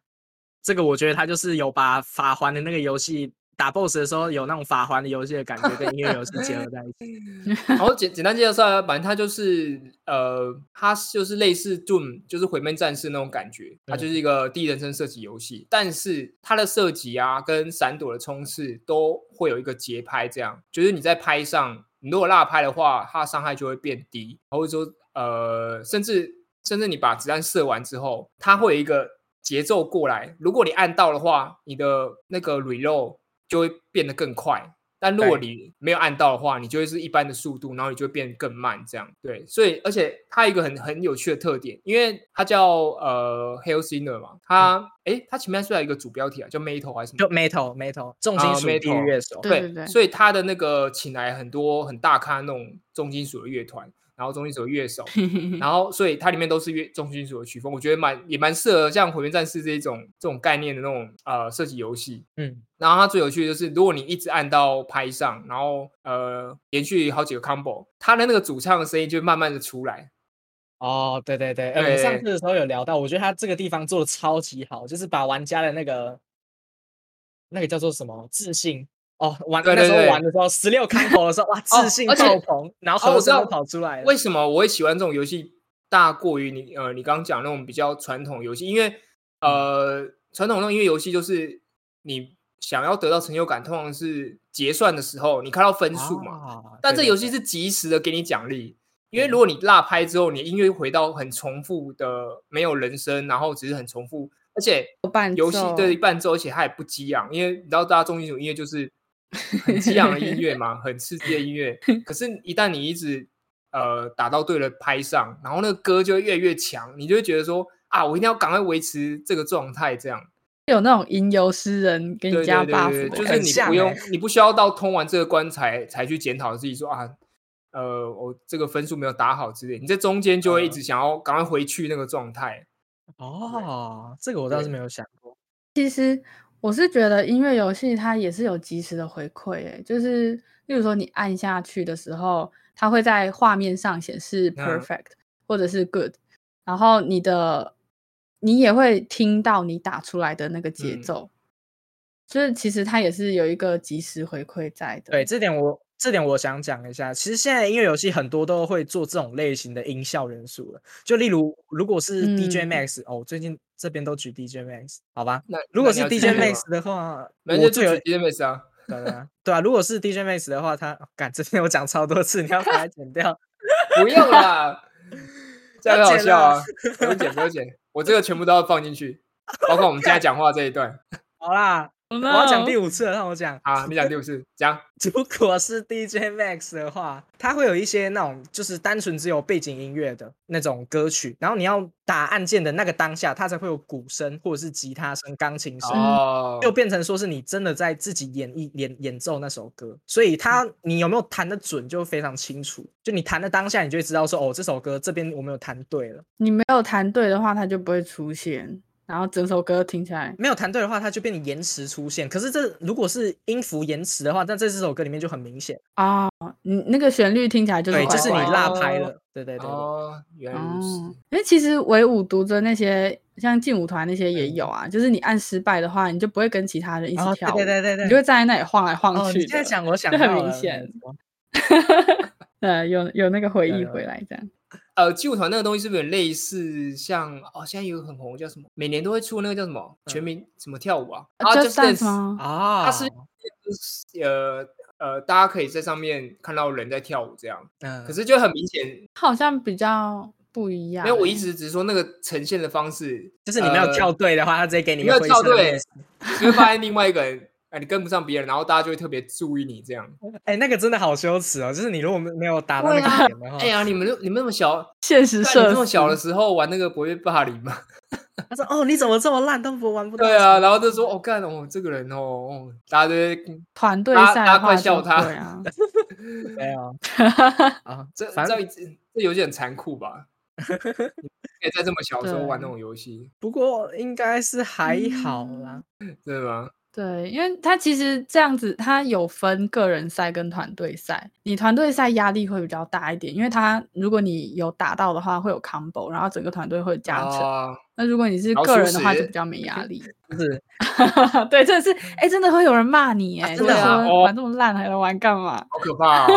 Speaker 3: 这个我觉得它就是有把法环的那个游戏打 BOSS 的时候有那种法环的游戏的感觉，跟音乐游戏结合在一起。
Speaker 2: 然后简简单介绍一下，反正它就是呃，它就是类似 Doom，就是毁灭战士那种感觉，它就是一个第一人称射击游戏，但是它的射击啊跟闪躲的冲刺都会有一个节拍，这样就是你在拍上，你如果落拍的话，它的伤害就会变低，然后说呃，甚至甚至你把子弹射完之后，它会有一个节奏过来，如果你按到的话，你的那个 reload 就会变得更快，但如果
Speaker 3: 对
Speaker 2: 你没有按到的话，你就会是一般的速度，然后你就会变更慢这样。对，所以而且它有一个很很有趣的特点，因为它叫呃 h e l s i n e r 嘛，
Speaker 1: 嗯
Speaker 2: 它诶，它前面是不是还有一个主标题啊，叫 Metal 还是什
Speaker 3: 就
Speaker 2: 么？
Speaker 3: Metal Metal 重
Speaker 2: 啊
Speaker 3: 金属地狱
Speaker 2: ，Metal
Speaker 3: 乐手。
Speaker 1: 对对
Speaker 2: 所以它的那个请来很多很大咖那种重金属的乐团，然后重金属 的乐手，然后所以它里面都是乐重金属的曲风，我觉得蛮也蛮适合像《火焰战士》这一种这种概念的那种呃射击游戏。
Speaker 3: 嗯，
Speaker 2: 然后它最有趣的就是，如果你一直按到拍上，然后呃连续好几个 combo，它的那个主唱的声音就会慢慢的出来。
Speaker 3: 哦，对对对，呃，我们上
Speaker 2: 对
Speaker 3: 次的时候有聊到，我觉得他这个地方做的超级好，就是把玩家的那个那个叫做什么自信哦，玩
Speaker 2: 对
Speaker 3: 那
Speaker 2: 对
Speaker 3: 时候
Speaker 2: 对
Speaker 3: 玩的时候，十六开头的时候，哇，
Speaker 2: 哦
Speaker 3: 自信
Speaker 2: 而且
Speaker 3: 爆棚，然后
Speaker 2: 哦
Speaker 3: 和
Speaker 2: 我知
Speaker 3: 声都
Speaker 2: 道
Speaker 3: 跑出来了
Speaker 2: 为，什么我会喜欢这种游戏大过于你呃你刚刚讲那种比较传统游戏？因为呃
Speaker 3: 嗯
Speaker 2: 传统那种音乐游戏就是你想要得到成就感，通常是结算的时候你看到分数嘛，
Speaker 3: 啊
Speaker 2: 但这
Speaker 3: 对
Speaker 2: 游
Speaker 3: 对
Speaker 2: 戏是
Speaker 3: 对
Speaker 2: 及时的给你奖励，因为
Speaker 3: 对
Speaker 2: 如果你落拍之后，你的音乐回到很重复的没有人声，然后只是很重复，而且
Speaker 1: 伴
Speaker 2: 游戏
Speaker 1: 奏
Speaker 2: 对伴奏，而且它也不激昂，因为你知道大家重金属音乐就是很激昂的音乐嘛，很刺激的音 乐。可是，一旦你一直呃打到对的拍上，然后那个歌就会越来越强，你就会觉得说啊，我一定要赶快维持这个状态，这样。
Speaker 1: 有那种吟游诗人给
Speaker 2: 对
Speaker 1: 你加
Speaker 2: 对对
Speaker 1: buff，
Speaker 2: 对，就
Speaker 1: 的
Speaker 2: 是
Speaker 1: 感觉
Speaker 2: 你不
Speaker 3: 像
Speaker 2: 用
Speaker 3: 欸，
Speaker 2: 你不需要到通完这个关才才去检讨自己说啊，呃，我这个分数没有打好之类，你在中间就会一
Speaker 3: 嗯
Speaker 2: 直想要赶快回去那个状态。
Speaker 3: 哦，这个我倒是
Speaker 2: 对
Speaker 3: 没有想过，
Speaker 1: 我是觉得音乐游戏它也是有及时的回馈，诶，就是例如说你按下去的时候，它会在画面上显示
Speaker 2: 嗯
Speaker 1: perfect、或者是 good，然后你的你也会听到你打出来的那个节
Speaker 2: 嗯
Speaker 1: 奏，就是其实它也是有一个及时回馈在的。
Speaker 3: 对，这点我这点我想讲一下，其实现在音乐游戏很多都会做这种类型的音效元素了，就例如如果是 DJ
Speaker 1: 嗯
Speaker 3: Max，、哦，最近这边都举 DJ Max，好吧，
Speaker 2: 那
Speaker 3: 如果是 DJ
Speaker 2: Max，
Speaker 3: Max 的话，
Speaker 2: 没
Speaker 3: 我
Speaker 2: 就
Speaker 3: 最
Speaker 2: 就
Speaker 3: 有
Speaker 2: 举 DJ Max 啊，
Speaker 3: 对啊，对啊，如果是 DJ Max 的话，他干这边我讲超多次，你要把它剪掉。
Speaker 2: 不用啦，这样
Speaker 3: 要
Speaker 2: 很好
Speaker 3: 剪
Speaker 2: 笑
Speaker 3: 啦
Speaker 2: 啊，不用剪不用剪，我这个全部都要放进去，包括我们现在讲话这一段。
Speaker 3: 好啦，
Speaker 1: Oh
Speaker 3: 我要讲
Speaker 1: no
Speaker 3: 第五次了，让我讲。
Speaker 2: 好，你讲第五次，讲
Speaker 3: 如果是 DJ Max 的话，它会有一些那种就是单纯只有背景音乐的那种歌曲，然后你要打按键的那个当下，它才会有鼓声或者是吉他声、钢琴声。
Speaker 2: 哦，
Speaker 3: 就变成说是你真的在自己演绎演演奏那首歌，所
Speaker 1: 嗯
Speaker 3: 以它你有没有弹的准就非常清楚，就你弹的当下你就会知道说哦这首歌这边我没有弹对了，
Speaker 1: 你没有弹对的话，它就不会出现，然后整首歌听起来，
Speaker 3: 没有弹对的话，它就变成延迟出现。可是这如果是音符延迟的话，那在这首歌里面就很明显，
Speaker 1: 啊，你那个旋律听起来就是
Speaker 3: 对，
Speaker 1: 怪
Speaker 3: 就是你
Speaker 1: 怪的
Speaker 3: 落拍
Speaker 2: 哦
Speaker 3: 了，对对对对
Speaker 2: 哦，原来如
Speaker 1: 哦
Speaker 2: 此，，
Speaker 1: 因为其实唯舞独尊那些，像劲舞团那些也有啊，就是你按失败的话，你就不会跟其他人一起
Speaker 3: 哦
Speaker 1: 跳舞，
Speaker 3: 对对对对
Speaker 1: 你就会站在那里晃来晃
Speaker 3: 哦，
Speaker 1: 去
Speaker 3: 你
Speaker 1: 的。
Speaker 3: 现在讲我想
Speaker 1: 很
Speaker 3: 到
Speaker 1: 明
Speaker 3: 了
Speaker 1: 显，
Speaker 3: 没错
Speaker 1: 对，有有那个回
Speaker 3: 有
Speaker 1: 忆
Speaker 3: 有
Speaker 1: 回来这样。
Speaker 2: 呃，劲舞团那个东西是不是有点类似像哦？现在有个很红叫什么？每年都会出那个叫什么全民什么跳舞啊？
Speaker 3: 呃
Speaker 2: 啊
Speaker 1: 呃 Just
Speaker 2: Dance
Speaker 1: Dance 吗？
Speaker 3: 哦啊，
Speaker 2: 它是就是呃呃，大家可以在上面看到人在跳舞这样，
Speaker 3: 嗯，
Speaker 2: 可是就很明显，
Speaker 1: 好像比较不一样
Speaker 2: 因
Speaker 1: 欸。
Speaker 2: 为我一直只是说那个呈现的方式，
Speaker 3: 就是你没有
Speaker 2: 呃
Speaker 3: 跳对的话，他直接给你
Speaker 2: 你
Speaker 3: 一
Speaker 2: 没
Speaker 3: 个
Speaker 2: 有
Speaker 3: 灰
Speaker 2: 跳
Speaker 3: 色的
Speaker 2: 对
Speaker 3: 面，
Speaker 2: 你会发现另外一个人哎，你跟不上别人，然后大家就会特别注意你这样。
Speaker 3: 哎、那个真的好羞耻哦！就是你如果没没有达到那
Speaker 2: 对啊
Speaker 3: 个点的话，
Speaker 2: 哎呀，你们就你们那么小，
Speaker 1: 现实
Speaker 2: 在你
Speaker 1: 社
Speaker 2: 这么小
Speaker 1: 死
Speaker 2: 的时候玩那个不会被霸凌吗？
Speaker 3: 他说：“哦，你怎么这么烂，都不玩不 到。”
Speaker 2: 对啊，，然后就说哦，干哦，这个人哦，哦大家都会
Speaker 1: 团队
Speaker 2: 大
Speaker 1: 赛
Speaker 2: 大家
Speaker 1: 的
Speaker 2: 快
Speaker 1: 话就
Speaker 2: 笑他
Speaker 1: 会啊，
Speaker 3: 没有 啊，
Speaker 2: 这
Speaker 3: 反
Speaker 2: 这
Speaker 3: 正
Speaker 2: 这有点残酷吧？你可以在这么小的时候玩那种游戏，
Speaker 3: 不过应该是还好啦。
Speaker 2: 真的吗？
Speaker 1: 对，因为他其实这样子，他有分个人赛跟团队赛。你团队赛压力会比较大一点，因为他如果你有打到的话，会有 combo，然后整个团队会加成。
Speaker 2: 啊，
Speaker 1: 那如果你是
Speaker 2: 老
Speaker 1: 个
Speaker 2: 鼠
Speaker 1: 人的话，就
Speaker 2: 屎
Speaker 1: 比较没压 力。
Speaker 3: 就是
Speaker 1: 对，真的是，哎、真的会有人骂你、哎、
Speaker 3: 真
Speaker 1: 就
Speaker 3: 的
Speaker 1: 是
Speaker 3: 啊
Speaker 1: 说
Speaker 2: 哦
Speaker 1: 玩这么烂还来玩干嘛？
Speaker 2: 好可怕哦！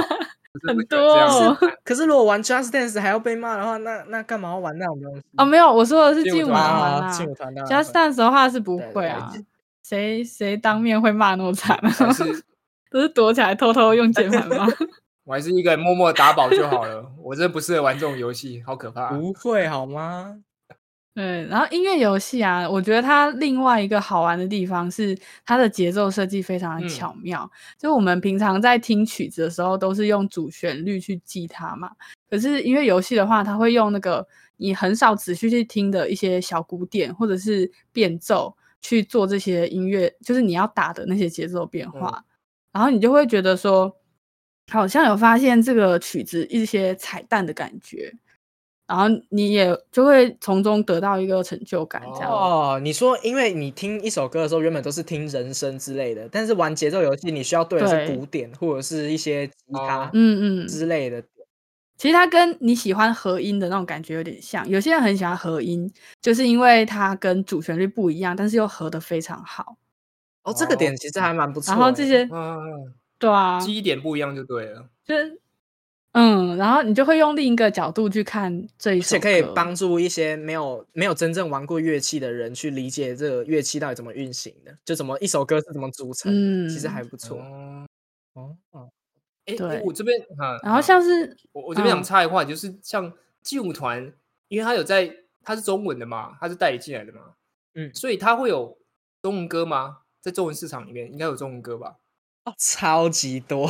Speaker 1: 很
Speaker 2: 这样
Speaker 1: 多
Speaker 3: 可是如果玩 Just Dance 还要被骂的话，那那干嘛要玩那种东西？
Speaker 1: 哦，没有，我说的是劲
Speaker 2: 劲舞
Speaker 1: 舞
Speaker 2: 团
Speaker 1: 团
Speaker 2: 啊
Speaker 1: 啦。
Speaker 3: 劲舞团当然
Speaker 1: Just
Speaker 3: 会
Speaker 1: Dance 的话是不
Speaker 3: 对对
Speaker 1: 会
Speaker 3: 对
Speaker 1: 啊，谁谁当面会骂那么惨啊？
Speaker 2: 还是
Speaker 1: 都是躲起来偷偷用键盘骂。
Speaker 2: 我还是一个人默默打宝就好了。我真的不适合玩这种游戏，好可怕！
Speaker 3: 不会好吗？
Speaker 1: 对，然后音乐游戏啊，我觉得它另外一个好玩的地方是它的节奏设计非常
Speaker 2: 嗯
Speaker 1: 的巧妙。就我们平常在听曲子的时候，都是用主旋律去记它嘛。可是音乐游戏的话，它会用那个你很少持续去听的一些小鼓点或者是变奏去做这些音乐，就是你要打的那些节奏变化。然后你就会觉得说，好像有发现这个曲子一些彩蛋的感觉，然后你也就会从中得到一个成就感，这样。
Speaker 3: 哦，你说，因为你听一首歌的时候，原本都是听人声之类的，但是玩节奏游戏，你需要对的是
Speaker 1: 对
Speaker 3: 鼓点或者是一些吉他
Speaker 2: 哦
Speaker 1: 嗯嗯，
Speaker 3: 之类的。
Speaker 1: 其实它跟你喜欢合音的那种感觉有点像。有些人很喜欢合音，就是因为它跟主旋律不一样，但是又合得非常好。
Speaker 3: 哦，这个点其实还蛮不错
Speaker 1: 然
Speaker 3: 欸。
Speaker 1: 后这些，
Speaker 2: 嗯，
Speaker 1: 对啊，
Speaker 2: 记忆点不一样就对了。
Speaker 1: 就是嗯，然后你就会用另一个角度去看这一
Speaker 3: 而且
Speaker 1: 首歌，嗯
Speaker 3: 可以帮助一些没有没有真正玩过乐器的人去理解这个乐器到底怎么运行的，就怎么一首歌是怎么组成的，
Speaker 1: 嗯，
Speaker 3: 其实还不错。
Speaker 2: 哦，
Speaker 3: 哦，哦
Speaker 2: 哎，哎
Speaker 1: 对
Speaker 2: 我这边，嗯
Speaker 1: 然后
Speaker 2: 嗯
Speaker 1: 像是
Speaker 2: 我我这边想
Speaker 1: 嗯
Speaker 2: 插一话，就是像劲舞团，因为它有在，它是中文的嘛，它是代理进来的嘛，
Speaker 3: 嗯
Speaker 2: 所以它会有中文歌吗？在中文市场里面应该有中文歌吧？
Speaker 3: 哦超级多，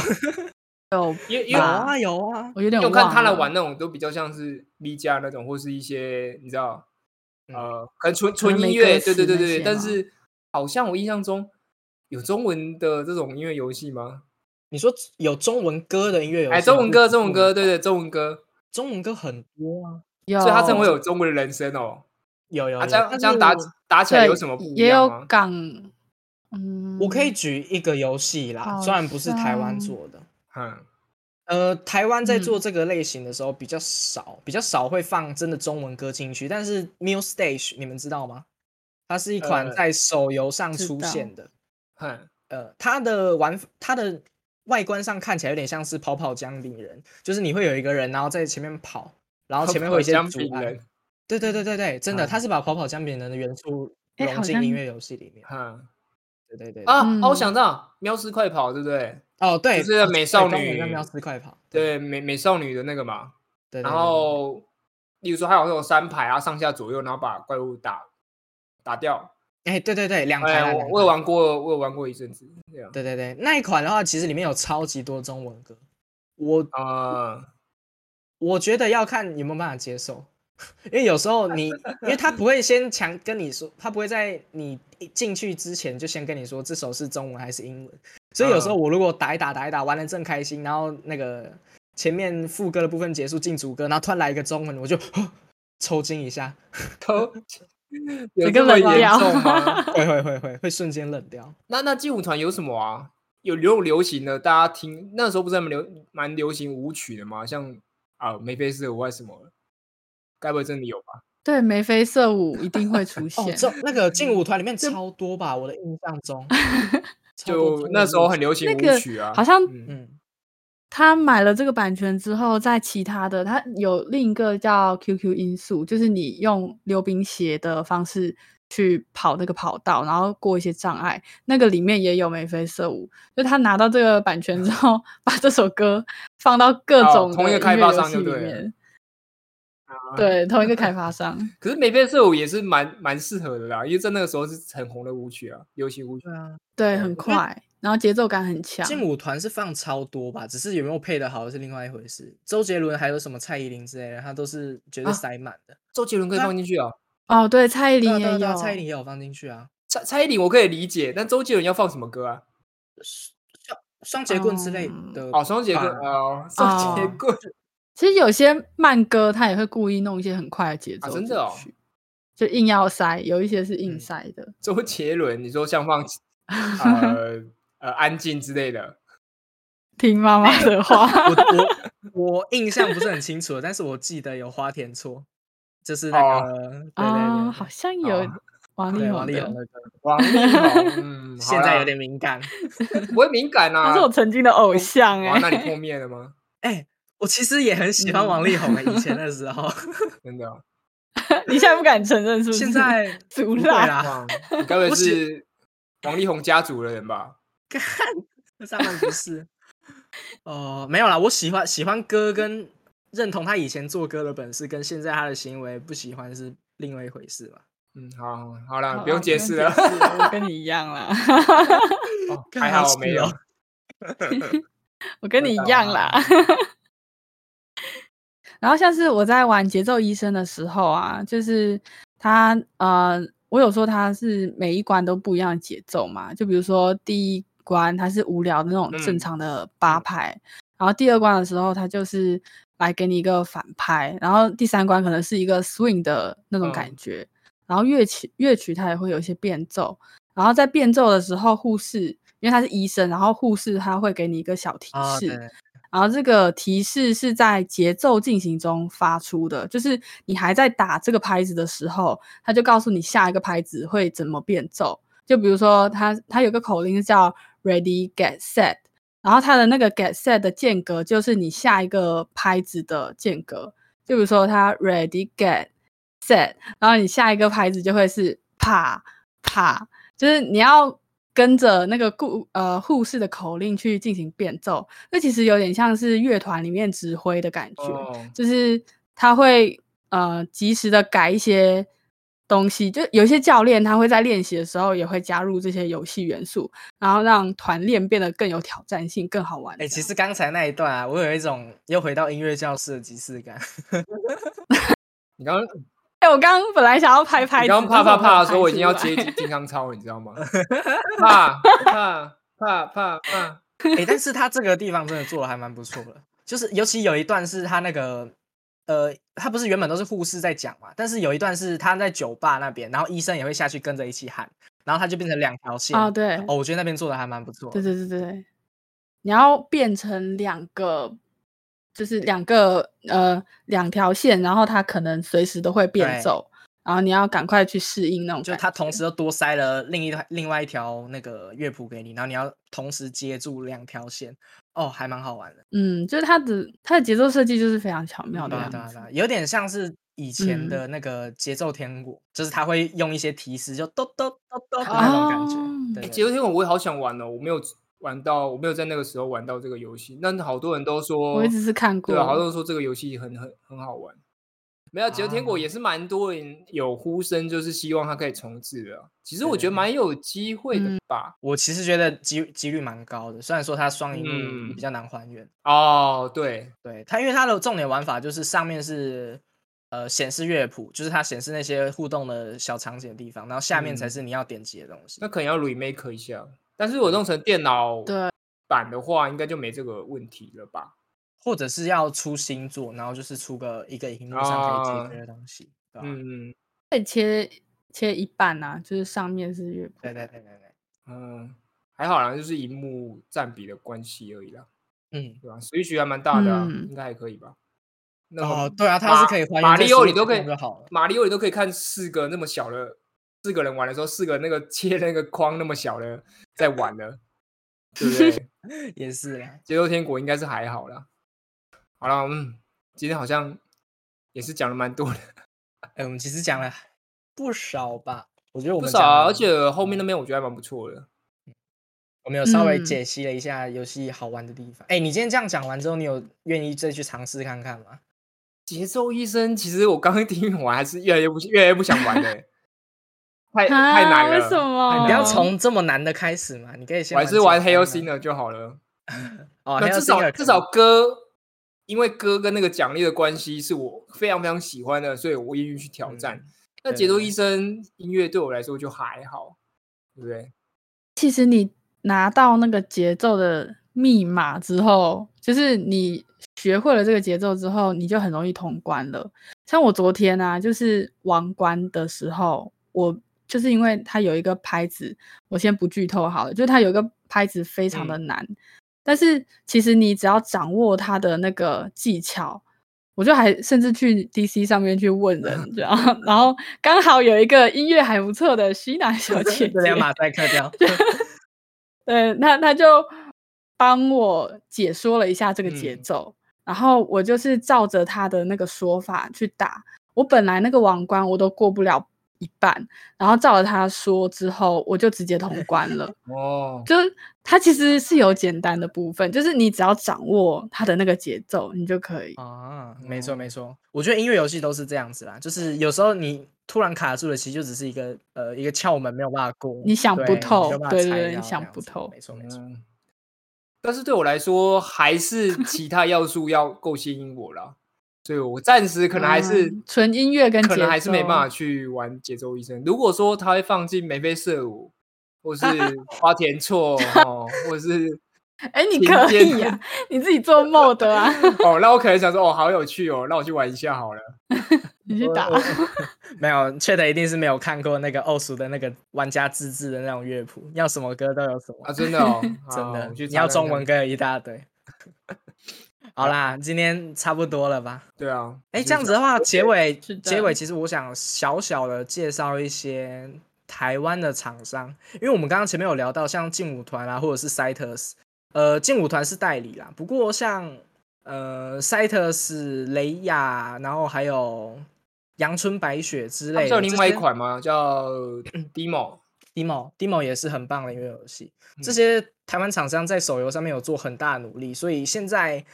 Speaker 1: 有
Speaker 2: 因为因
Speaker 3: 有
Speaker 2: 为
Speaker 1: 吧
Speaker 3: 啊有啊，
Speaker 1: 我有点
Speaker 2: 因为我看他
Speaker 1: 忘
Speaker 2: 来
Speaker 1: 了
Speaker 2: 玩那种都比较像是 V 加那种，或是一些你知道，
Speaker 3: 嗯
Speaker 2: 呃，可能纯
Speaker 1: 可
Speaker 2: 纯
Speaker 1: 能
Speaker 2: 音
Speaker 1: 没歌
Speaker 2: 乐，对
Speaker 1: 词
Speaker 2: 对对
Speaker 1: 那
Speaker 2: 对。
Speaker 1: 些
Speaker 2: 但
Speaker 1: 吗
Speaker 2: 是好像我印象中有中文的这种音乐游戏吗？
Speaker 3: 你说有中文歌的音乐游戏吗？
Speaker 2: 哎，中文歌，
Speaker 3: 不是
Speaker 2: 中文歌，对对，中文歌，
Speaker 3: 中文歌很多啊，
Speaker 1: 有，
Speaker 2: 所以它真的会有中文的人声哦。
Speaker 3: 有有有。
Speaker 2: 啊，这样
Speaker 3: 但
Speaker 2: 这样
Speaker 3: 是
Speaker 2: 打
Speaker 3: 我
Speaker 2: 打起来
Speaker 1: 对，
Speaker 2: 有什么不一
Speaker 1: 也
Speaker 2: 样
Speaker 1: 有
Speaker 2: 吗？
Speaker 1: 港，嗯，
Speaker 3: 我可以举一个游戏啦，虽
Speaker 1: 好
Speaker 3: 然不是台湾
Speaker 1: 像
Speaker 3: 做的，
Speaker 2: 嗯，
Speaker 3: 呃，台湾在做
Speaker 1: 嗯
Speaker 3: 这个类型的时候比较少，比较少会放真的中文歌进去。但是 Muse Stage 你们知道吗？它是一款
Speaker 2: 呃
Speaker 3: 在手游上
Speaker 1: 知
Speaker 3: 出
Speaker 1: 道
Speaker 3: 现的，
Speaker 2: 哼，
Speaker 3: 呃，它的玩法它的外观上看起来有点像是跑跑江饼人，就是你会有一个人，然后在前面跑，然后前面会有一些
Speaker 2: 江
Speaker 3: 阻
Speaker 2: 饼
Speaker 3: 碍
Speaker 2: 人。，
Speaker 3: 对对对对对，真的，
Speaker 2: 啊
Speaker 3: 它是把跑跑江饼人的元素
Speaker 1: 诶
Speaker 3: 融
Speaker 1: 好
Speaker 3: 进
Speaker 1: 像
Speaker 3: 音乐游戏里面。
Speaker 2: 哼
Speaker 3: 对对对对
Speaker 2: 啊啊！我
Speaker 1: 嗯
Speaker 2: 想到喵式快跑，对不对？
Speaker 3: 哦对，
Speaker 2: 是美少女
Speaker 3: 要喵四快跑。
Speaker 2: 对，美美少女的那个嘛，
Speaker 3: 对，对
Speaker 2: 然
Speaker 3: 对对
Speaker 2: 后，例如说还有那种三排啊，上下左右，然后把怪物打打掉。
Speaker 3: 哎对对对，两台啦
Speaker 2: 哎，我
Speaker 3: 两
Speaker 2: 我有
Speaker 3: 台
Speaker 2: 玩过，我有玩过一阵子，这样
Speaker 3: 对对对，那一款的话，其实里面有超级多中文歌，我
Speaker 2: 啊，
Speaker 3: 我觉得要看有没有办法接受， 因为有时候你，因为他不会先强跟你说，他不会在你一进去之前就先跟你说这首是中文还是英文，所以有时候
Speaker 2: 嗯
Speaker 3: 我如果打一打打一打玩的正开心，然后那个前面副歌的部分结束进主歌，然后突然来一个中文，我就 抽筋一下，
Speaker 2: 都有
Speaker 1: 整个
Speaker 2: 这么
Speaker 1: 冷
Speaker 2: 严
Speaker 1: 掉
Speaker 2: 重吗？
Speaker 3: 会会会会会瞬间冷掉。
Speaker 2: 那那劲舞团有什么啊？有流流行的，大家听那时候不是还蛮流蛮流行舞曲的吗？像啊眉飞色舞还是什么？该不会真的有吧？
Speaker 1: 对眉飞色舞一定会出
Speaker 3: 哦，
Speaker 1: 现，
Speaker 3: 这那个劲舞团里面超多吧，我的印象中超多中
Speaker 2: 就
Speaker 3: 文
Speaker 2: 那时候
Speaker 3: 歌
Speaker 2: 很流行
Speaker 1: 那
Speaker 2: 舞
Speaker 1: 个
Speaker 2: 曲啊，
Speaker 1: 好像
Speaker 2: 嗯
Speaker 3: 嗯。
Speaker 1: 他买了这个版权之后，在其他的他有另一个叫 QQ 音速，就是你用溜冰鞋的方式去跑那个跑道，然后过一些障碍，那个里面也有眉飞色舞。就他拿到这个版权之后，把这首歌放到各
Speaker 2: 哦
Speaker 1: 种
Speaker 2: 同一
Speaker 1: 的
Speaker 2: 个开
Speaker 1: 音
Speaker 2: 发
Speaker 1: 乐游
Speaker 2: 商
Speaker 1: 戏
Speaker 2: 就
Speaker 1: 里
Speaker 2: 对了
Speaker 1: 面。对，同一个开发商。
Speaker 2: 可是梅边社舞也是蛮蛮适合的啦，因为在那个时候是很红的舞曲啊，流行舞曲。
Speaker 3: 对啊，
Speaker 1: 对，
Speaker 2: 对
Speaker 1: 很
Speaker 3: 觉得
Speaker 1: 快，然后节奏感很强。
Speaker 3: 劲舞团是放超多吧，只是有没有配的好是另外一回事。周杰伦还有什么蔡依林之类的，他都是绝对
Speaker 2: 啊
Speaker 3: 塞满的。
Speaker 2: 周杰伦可以
Speaker 3: 那
Speaker 2: 放进去啊，
Speaker 1: 哦，对，蔡依
Speaker 3: 对
Speaker 1: 林
Speaker 3: 啊对
Speaker 1: 也
Speaker 3: 啊对啊
Speaker 1: 有，
Speaker 3: 蔡依林也有放进去啊，
Speaker 2: 蔡蔡依林我可以理解，但周杰伦要放什么歌啊？
Speaker 3: 双双节棍之类
Speaker 1: 嗯
Speaker 3: 的。
Speaker 2: 哦，双节棍
Speaker 3: 吧
Speaker 2: 哦，双节
Speaker 1: 哦
Speaker 2: 棍，
Speaker 1: 其实有些慢歌他也会故意弄一些很快的节
Speaker 2: 啊
Speaker 1: 奏、
Speaker 2: 真的哦，
Speaker 1: 就硬要塞，有一些是硬
Speaker 3: 嗯
Speaker 1: 塞的。
Speaker 2: 周杰伦，你说像 放呃呃安静之类的，
Speaker 1: 听妈妈的 话，
Speaker 3: 我 我我印象不是很清楚了，但是我记得有花田错，就是那
Speaker 2: 哦
Speaker 3: 个对对
Speaker 1: 啊、
Speaker 3: 对
Speaker 1: 好像有
Speaker 2: 哦
Speaker 1: 王力
Speaker 3: 对
Speaker 1: 宏
Speaker 3: 王力宏
Speaker 1: 的，
Speaker 3: 的歌，
Speaker 2: 王力宏， 嗯，好
Speaker 3: 现在有
Speaker 2: 啦
Speaker 3: 点敏感。
Speaker 2: 不会敏感啊。
Speaker 1: 他是我曾经的偶像
Speaker 2: 哇，
Speaker 1: 哎、
Speaker 2: 那你破灭了吗？
Speaker 3: 哎，我其实也很喜欢王力宏，欸以前的时候，
Speaker 2: 真的哦，
Speaker 1: 你现在不敢承认 是不是？
Speaker 3: 现在
Speaker 1: 足
Speaker 3: 不会
Speaker 1: 啦，
Speaker 3: 啦，
Speaker 2: 哇你该不会
Speaker 3: 我喜
Speaker 2: 是王力宏家族的人吧？
Speaker 3: 当然不是。 哦，没有啦，我喜欢喜欢歌跟认同他以前做歌的本事，跟现在他的行为不喜欢是另外一回事吧。
Speaker 2: 嗯，好，好好啦，
Speaker 1: 好
Speaker 2: 不用
Speaker 1: 啦
Speaker 2: 解释了，
Speaker 1: 我跟你一样啦，
Speaker 2: 哦
Speaker 3: 干
Speaker 2: 还
Speaker 3: 嘛
Speaker 2: 好我
Speaker 3: 是
Speaker 2: 没有
Speaker 3: 哦。
Speaker 1: 我跟
Speaker 2: 我
Speaker 1: 你一
Speaker 2: 懂
Speaker 1: 样
Speaker 2: 啊
Speaker 1: 啦。 然后像是我在玩节奏医生的时候啊，就是他呃，我有说他是每一关都不一样的节奏嘛，就比如说第一关它是无聊的那种正
Speaker 2: 嗯
Speaker 1: 常的八拍，然后第二关的时候它就是来给你一个反拍，然后第三关可能是一个 swing 的那种感
Speaker 2: 嗯
Speaker 1: 觉，然后乐曲乐曲它也会有一些变奏，然后在变奏的时候，护士因为他是医生，然后护士他会给你一个小提
Speaker 3: 啊，
Speaker 1: 示，
Speaker 3: 对，
Speaker 1: 然后这个提示是在节奏进行中发出的，就是你还在打这个拍子的时候，他就告诉你下一个拍子会怎么变奏。就比如说他，他有个口令是叫 “ready get set”，然后它的那个 get set 的间隔就是你下一个拍子的间隔。就比如说他 ready get set，然后你下一个拍子就会是啪啪，就是你要跟着那个顾呃护士的口令去进行变奏。那其实有点像是乐团里面指挥的感觉，
Speaker 2: 哦，
Speaker 1: 就是他会呃及时的改一些东西，就有一些教练他会在练习的时候也会加入这些游戏元素，然后让团练变得更有挑战性、更好玩这
Speaker 3: 哎、
Speaker 1: 样。
Speaker 3: 其实刚才那一段啊，我有一种又回到音乐教室的即 视感。
Speaker 2: 你刚刚
Speaker 1: 哎、我刚刚本来想要拍拍
Speaker 2: 你
Speaker 1: 子，
Speaker 2: 刚刚
Speaker 1: 但
Speaker 2: 怕
Speaker 1: 是我没有
Speaker 2: 怕怕的时
Speaker 1: 拍
Speaker 2: 候，我已经要
Speaker 1: 出来
Speaker 2: 接金康超，你知 道吗？怕怕怕怕 怕，
Speaker 3: 哎、但是他这个地方真的做的还蛮不错的，就是尤其有一段是他那个。呃，他不是原本都是护士在讲嘛，但是有一段是他在酒吧那边，然后医生也会下去跟着一起喊，然后他就变成两条线。
Speaker 1: 啊，对，
Speaker 3: 哦，我觉得那边做的还蛮不错
Speaker 1: 对
Speaker 3: 的。
Speaker 1: 对对对，你要变成两个，就是两个呃两条线，然后它可能随时都会变
Speaker 3: 对
Speaker 1: 奏，然后你要赶快去适应那种
Speaker 3: 就
Speaker 1: 感
Speaker 3: 他同
Speaker 1: 觉
Speaker 3: 时又多塞了另一另外一条那个乐谱给你，然后你要同时接住两条线，哦，还蛮好玩的。
Speaker 1: 嗯，就是它的它的节奏设计就是非常
Speaker 2: 嗯
Speaker 1: 巧妙的
Speaker 3: 对啊
Speaker 1: 样
Speaker 3: 对啊
Speaker 1: 子
Speaker 3: 对啊，有点像是以前
Speaker 1: 嗯
Speaker 3: 的那个节奏天国，就是他会用一些提示，就咚咚咚咚的那种感觉。
Speaker 1: 哦
Speaker 3: 对
Speaker 2: 哎
Speaker 3: 对
Speaker 2: 节奏天我我也好想玩哦，我没有玩到，我没有在那个时候玩到这个游戏。但好多人都说，
Speaker 1: 我一直是看过
Speaker 2: 对啊，好多人说这个游戏很很很好玩。没有，节奏天国
Speaker 3: 啊
Speaker 2: 也是蛮多人有呼声，就是希望它可以重置的。啊其实
Speaker 3: 对
Speaker 2: 我
Speaker 3: 对
Speaker 2: 觉得
Speaker 3: 对嗯
Speaker 2: 蛮有机会的吧。
Speaker 3: 我其实觉得几几率蛮高的，虽然说它双荧幕
Speaker 2: 嗯
Speaker 3: 比较难还原，
Speaker 2: 哦，对，
Speaker 3: 对它，因为它的重点玩法就是上面是呃显示乐谱，就是它显示那些互动的小场景的地方，然后下面才
Speaker 2: 嗯
Speaker 3: 是你要点击的东西。
Speaker 2: 那可能要 remake 一下。但是我弄成电脑
Speaker 1: 对
Speaker 2: 版的话，应该就没这个问题了吧？
Speaker 3: 或者是要出新作，然后就是出个一个荧幕上可以
Speaker 2: 啊
Speaker 3: 解决的东西，对吧？
Speaker 2: 嗯。
Speaker 1: 可以切切一半呐、就是上面是乐谱，
Speaker 3: 对对对对对，
Speaker 2: 嗯，还好啦，就是荧幕占比的关系而已啦，
Speaker 3: 嗯，
Speaker 2: 对吧？Switch 还蛮大的啊、
Speaker 1: 嗯
Speaker 2: 应该还可以吧？那么
Speaker 3: 哦，对啊，它是
Speaker 2: 马
Speaker 3: 可以还原
Speaker 2: 马
Speaker 3: 在
Speaker 2: 里奥，
Speaker 3: 实
Speaker 2: 你
Speaker 3: 体
Speaker 2: 都可以
Speaker 3: 上就好了，。
Speaker 2: 马里奥你都可以看四个那么小的，四个人玩的时候，四个那个切那个框那么小的在玩了，对不对？
Speaker 3: 也是啊啦，
Speaker 2: 节奏天国应该是还好啦。 好了，嗯，今天好像也是讲了蛮 多的，
Speaker 3: 哎，我们其实讲了不少吧，我觉得我
Speaker 2: 不
Speaker 3: 们
Speaker 2: 少
Speaker 3: 讲
Speaker 2: 啊，而
Speaker 3: 了
Speaker 2: 且后面那边我觉得还蛮不错的。
Speaker 3: 我们有稍微
Speaker 1: 嗯
Speaker 3: 解析了一下游戏好玩的地方。哎、你今天这样讲完之后，你有愿意再去尝试看看吗？
Speaker 2: 节奏医生，其实我刚刚听完还是越来越不越来越不想玩 了太太
Speaker 1: 啊
Speaker 2: 难了。
Speaker 1: 为什么
Speaker 2: 太难
Speaker 3: 你不要
Speaker 2: 了
Speaker 3: 从这么难的开始嘛，你可以先
Speaker 2: 我还是玩 Hell
Speaker 3: Hellsing
Speaker 2: Singer 就好了。
Speaker 3: 哦
Speaker 2: 那
Speaker 3: ，Hell
Speaker 2: 至少
Speaker 3: Singer
Speaker 2: 至
Speaker 3: 可
Speaker 2: 少
Speaker 3: 以
Speaker 2: 歌，因为歌跟那个奖励的关系是我非常非常喜欢的，所以我愿意去挑战。
Speaker 3: 嗯
Speaker 2: 那
Speaker 3: 对
Speaker 2: 节
Speaker 3: 对
Speaker 2: 奏
Speaker 3: 对
Speaker 2: 医生音乐对我来说就还好，对不对？
Speaker 1: 其实你拿到那个节奏的密码之后，就是你学会了这个节奏之后，你就很容易通关了。像我昨天啊，就是王冠的时候，我就是因为它有一个拍子，我先不剧透好了，就是它有一个拍子非常的难，但是其实你只要掌握它的那个技巧，我就还甚至去 DC 上面去问人，这样，然后刚好有一个音乐还不错的西南小 姐姐
Speaker 3: 这，两码再克掉。
Speaker 1: 对，那他就帮我解说了一下这个节
Speaker 2: 嗯
Speaker 1: 奏，然后我就是照着他的那个说法去打。我本来那个王冠我都过不了一半，然后照着他说之后，我就直接通关 了。
Speaker 2: 哦，
Speaker 1: 就是它其实是有简单的部分，就是你只要掌握它的那个节奏，你就可
Speaker 2: 哦
Speaker 1: 以。
Speaker 3: 啊，没错没错，我觉得音乐游戏都是这样子啦，就是有时候你突然卡住了，其实就只是一个呃一个窍门没有办法过，
Speaker 1: 你想不
Speaker 3: 对你
Speaker 1: 透
Speaker 3: 没有办法
Speaker 1: 对对
Speaker 3: 猜
Speaker 1: 对你
Speaker 3: 到
Speaker 1: 想
Speaker 3: 这样
Speaker 1: 不
Speaker 3: 子
Speaker 1: 透
Speaker 3: 没错没错，
Speaker 2: 嗯但是对我来说，还是其他要素要够吸引我了，所以我暂时可能还是、
Speaker 1: 嗯纯音乐跟
Speaker 2: 可
Speaker 1: 节
Speaker 2: 能还是没办法
Speaker 1: 奏
Speaker 2: 去玩节奏医生。如果说他会放进眉飞色舞，或是花 田错哦，或是
Speaker 1: 哎，你
Speaker 2: 情
Speaker 1: 可
Speaker 2: 间
Speaker 1: 以呀、你自己做 mod 啊，
Speaker 2: 哦，那我可能想说，哦，好有趣哦，那我去玩一下好了。
Speaker 1: 你去
Speaker 2: 我
Speaker 1: 打。
Speaker 2: 我
Speaker 3: 没有确的一定是没有看过那个欧叔的那个玩家自制的那种乐谱，要什么歌都有什么，，
Speaker 2: 啊，真的哦
Speaker 3: 真
Speaker 2: 好
Speaker 3: 的
Speaker 2: 我去
Speaker 3: 你
Speaker 2: 查
Speaker 3: 要
Speaker 2: 看
Speaker 3: 中
Speaker 2: 看
Speaker 3: 文歌有一大堆。 好啦，今天差不多了吧？
Speaker 2: 对啊，就
Speaker 3: 哎，
Speaker 2: 是
Speaker 3: 这样子的话，结尾
Speaker 1: 是的
Speaker 3: 结尾其实我想小小的介绍一些台湾的厂商，因为我们刚刚前面有聊到像劲舞团啊，或者是 Citus，呃，劲舞团是代理啦，不过像呃 Citus、雷亚，然后还有阳春白雪之
Speaker 2: 他们
Speaker 3: 类
Speaker 2: 是有
Speaker 3: 的，
Speaker 2: 另外一款吗？叫 Demo，
Speaker 3: Demo Demo 也是很棒的音乐游戏。这
Speaker 2: 嗯
Speaker 3: 些台湾厂商在手游上面有做很大的努力，所以现在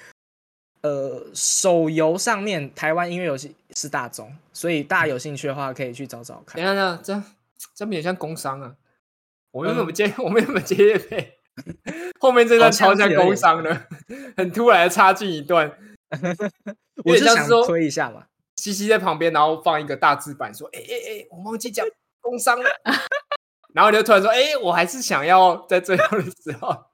Speaker 3: 呃手游上面台湾音乐游戏是大众，所以
Speaker 2: 嗯
Speaker 3: 大家有兴趣的话可以去找找
Speaker 2: 等
Speaker 3: 看
Speaker 2: 一。下呢，这样这样有点像工商啊。我们有没有接？我们有没有接业配？ 后面这段
Speaker 3: 嗯好像
Speaker 2: 超像
Speaker 3: 是有
Speaker 2: 工
Speaker 3: 点
Speaker 2: 商的，很突然的插进一段。
Speaker 3: 我
Speaker 2: 点
Speaker 3: 就
Speaker 2: 像
Speaker 3: 想
Speaker 2: 是说
Speaker 3: 推一下嘛，
Speaker 2: 西西在旁边，然后放一个大字板说：“哎哎哎，我忘记讲工商了。” 然后你就突然说：“哎、我还是想要在最后的时候。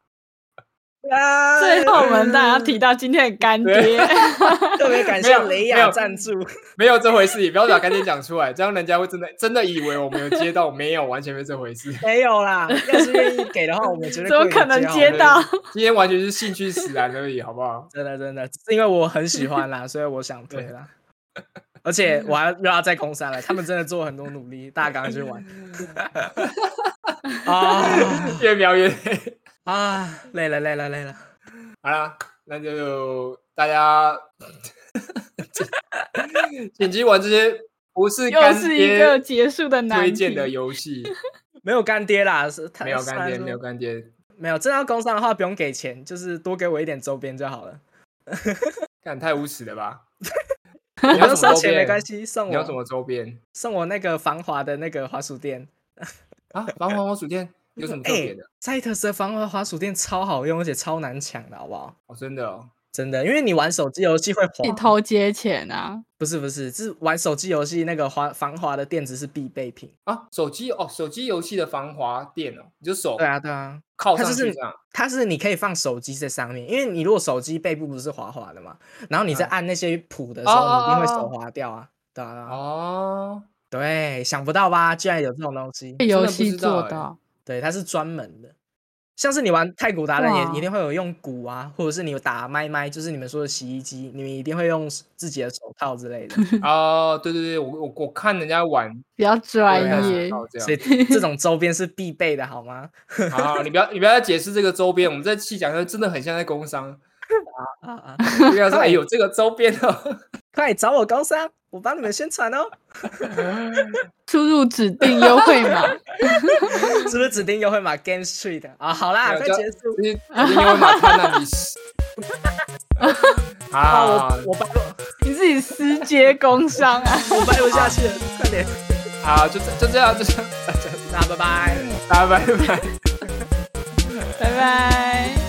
Speaker 2: 啊
Speaker 1: 最后我们大家提到今天的干
Speaker 2: 对
Speaker 1: 爹，
Speaker 3: 特别感
Speaker 2: 嗯没
Speaker 3: 谢
Speaker 2: 有
Speaker 3: 雷
Speaker 2: 没
Speaker 3: 亚
Speaker 2: 有
Speaker 3: 赞助。”
Speaker 2: 没有这回事，也不要把干爹讲出来，这样人家会真的真的以为我们有接到，没有，完全没这回事。
Speaker 3: 没有啦，要是愿意给的话，我们绝对
Speaker 1: 怎么
Speaker 3: 跪着
Speaker 1: 可能
Speaker 3: 接好
Speaker 1: 接
Speaker 3: 了
Speaker 1: 到？
Speaker 2: 今天完全是兴趣使然而已，好不好？
Speaker 3: 真的真的，是因为我很喜欢啦，所以我想推啦。而且我还又要再攻三了，他们真的做了很多努力，大家赶快去玩。啊
Speaker 2: 越描越黑。
Speaker 3: 啊，累了累了累了，
Speaker 2: 好啦，那就大家 请记玩这些不是
Speaker 1: 又
Speaker 2: 干
Speaker 1: 是一个
Speaker 2: 爹
Speaker 1: 结束的难
Speaker 2: 推
Speaker 1: 题。
Speaker 2: 荐的游戏，
Speaker 3: 没有干爹啦，是他
Speaker 2: 没有干爹，
Speaker 3: 虽然说
Speaker 2: 没有干爹，
Speaker 3: 没有，真的要攻三的话不用给钱，就是多给我一点周边就好了。
Speaker 2: 干太无耻了 吧？
Speaker 3: 你
Speaker 2: 你
Speaker 3: 不
Speaker 2: 要
Speaker 3: 用
Speaker 2: 什么
Speaker 3: 收
Speaker 2: 周
Speaker 3: 钱没
Speaker 2: 边？
Speaker 3: 关系，送
Speaker 2: 你要什
Speaker 3: 我
Speaker 2: 么周边
Speaker 3: 送我那个防滑的那个滑鼠垫。
Speaker 2: 啊？防黄黄 薯店有什么特别的？
Speaker 3: 赛特哎斯的防滑滑鼠垫超好用，而且超难抢的，好不好？
Speaker 2: 哦，真的哦，
Speaker 3: 真的，因为你玩手机游戏会滑
Speaker 1: 你。偷接钱啊？
Speaker 3: 不是不是，是玩手机游戏那个滑防滑的垫子是必备品。
Speaker 2: 啊，手机哦，手机游戏的防滑垫哦，你就手
Speaker 3: 对啊对啊，
Speaker 2: 靠
Speaker 3: 它
Speaker 2: 上
Speaker 3: 就
Speaker 2: 去
Speaker 3: 是
Speaker 2: 这样，
Speaker 3: 它是你可以放手机在上面，因为你如果手机背部不是滑滑的嘛，然后你在
Speaker 2: 嗯
Speaker 3: 按那些谱的时
Speaker 2: 哦
Speaker 3: 候，你一定会
Speaker 2: 哦哦
Speaker 3: 手
Speaker 2: 哦
Speaker 3: 滑掉啊。对啊对啊，
Speaker 2: 哦，
Speaker 3: 对，想不到吧？居然有这种东西。
Speaker 1: 被
Speaker 2: 真
Speaker 1: 游
Speaker 2: 的不
Speaker 1: 戏
Speaker 2: 知道
Speaker 1: 做
Speaker 2: 欸
Speaker 1: 到，
Speaker 3: 对，它是专门的，像是你玩太古达人也
Speaker 1: 哇
Speaker 3: 一定会有用鼓啊，或者是你有打麦麦，就是你们说的洗衣机，你们一定会用自己的手套之 类的。
Speaker 2: 哦，对对对，我我我看人家玩，
Speaker 1: 比较专
Speaker 2: 对啊
Speaker 1: 业。
Speaker 2: 靠这样
Speaker 3: 所以这种周边是必备的，好吗？
Speaker 2: 好，你不要你不要再解释这个周边，我们这期讲的真的很像在工商。
Speaker 3: 啊啊！
Speaker 2: 不要说哎有这个周边 哦，
Speaker 3: 快找我高三，我帮你们宣传哦。
Speaker 1: 输入指定优惠码，
Speaker 3: 是不是指定优惠码 Game Street 啊？好啦，
Speaker 2: 没有
Speaker 3: 快
Speaker 2: 就
Speaker 3: 结束
Speaker 2: 就是因为马看到你。
Speaker 3: 啊！
Speaker 2: 啊
Speaker 3: 我，我帮
Speaker 1: 你自己私接工商啊！
Speaker 3: 我掰不下去了，快点，
Speaker 2: 啊，就这就这样，就这样，
Speaker 3: 那拜拜。
Speaker 2: 大家拜拜。
Speaker 1: 拜拜。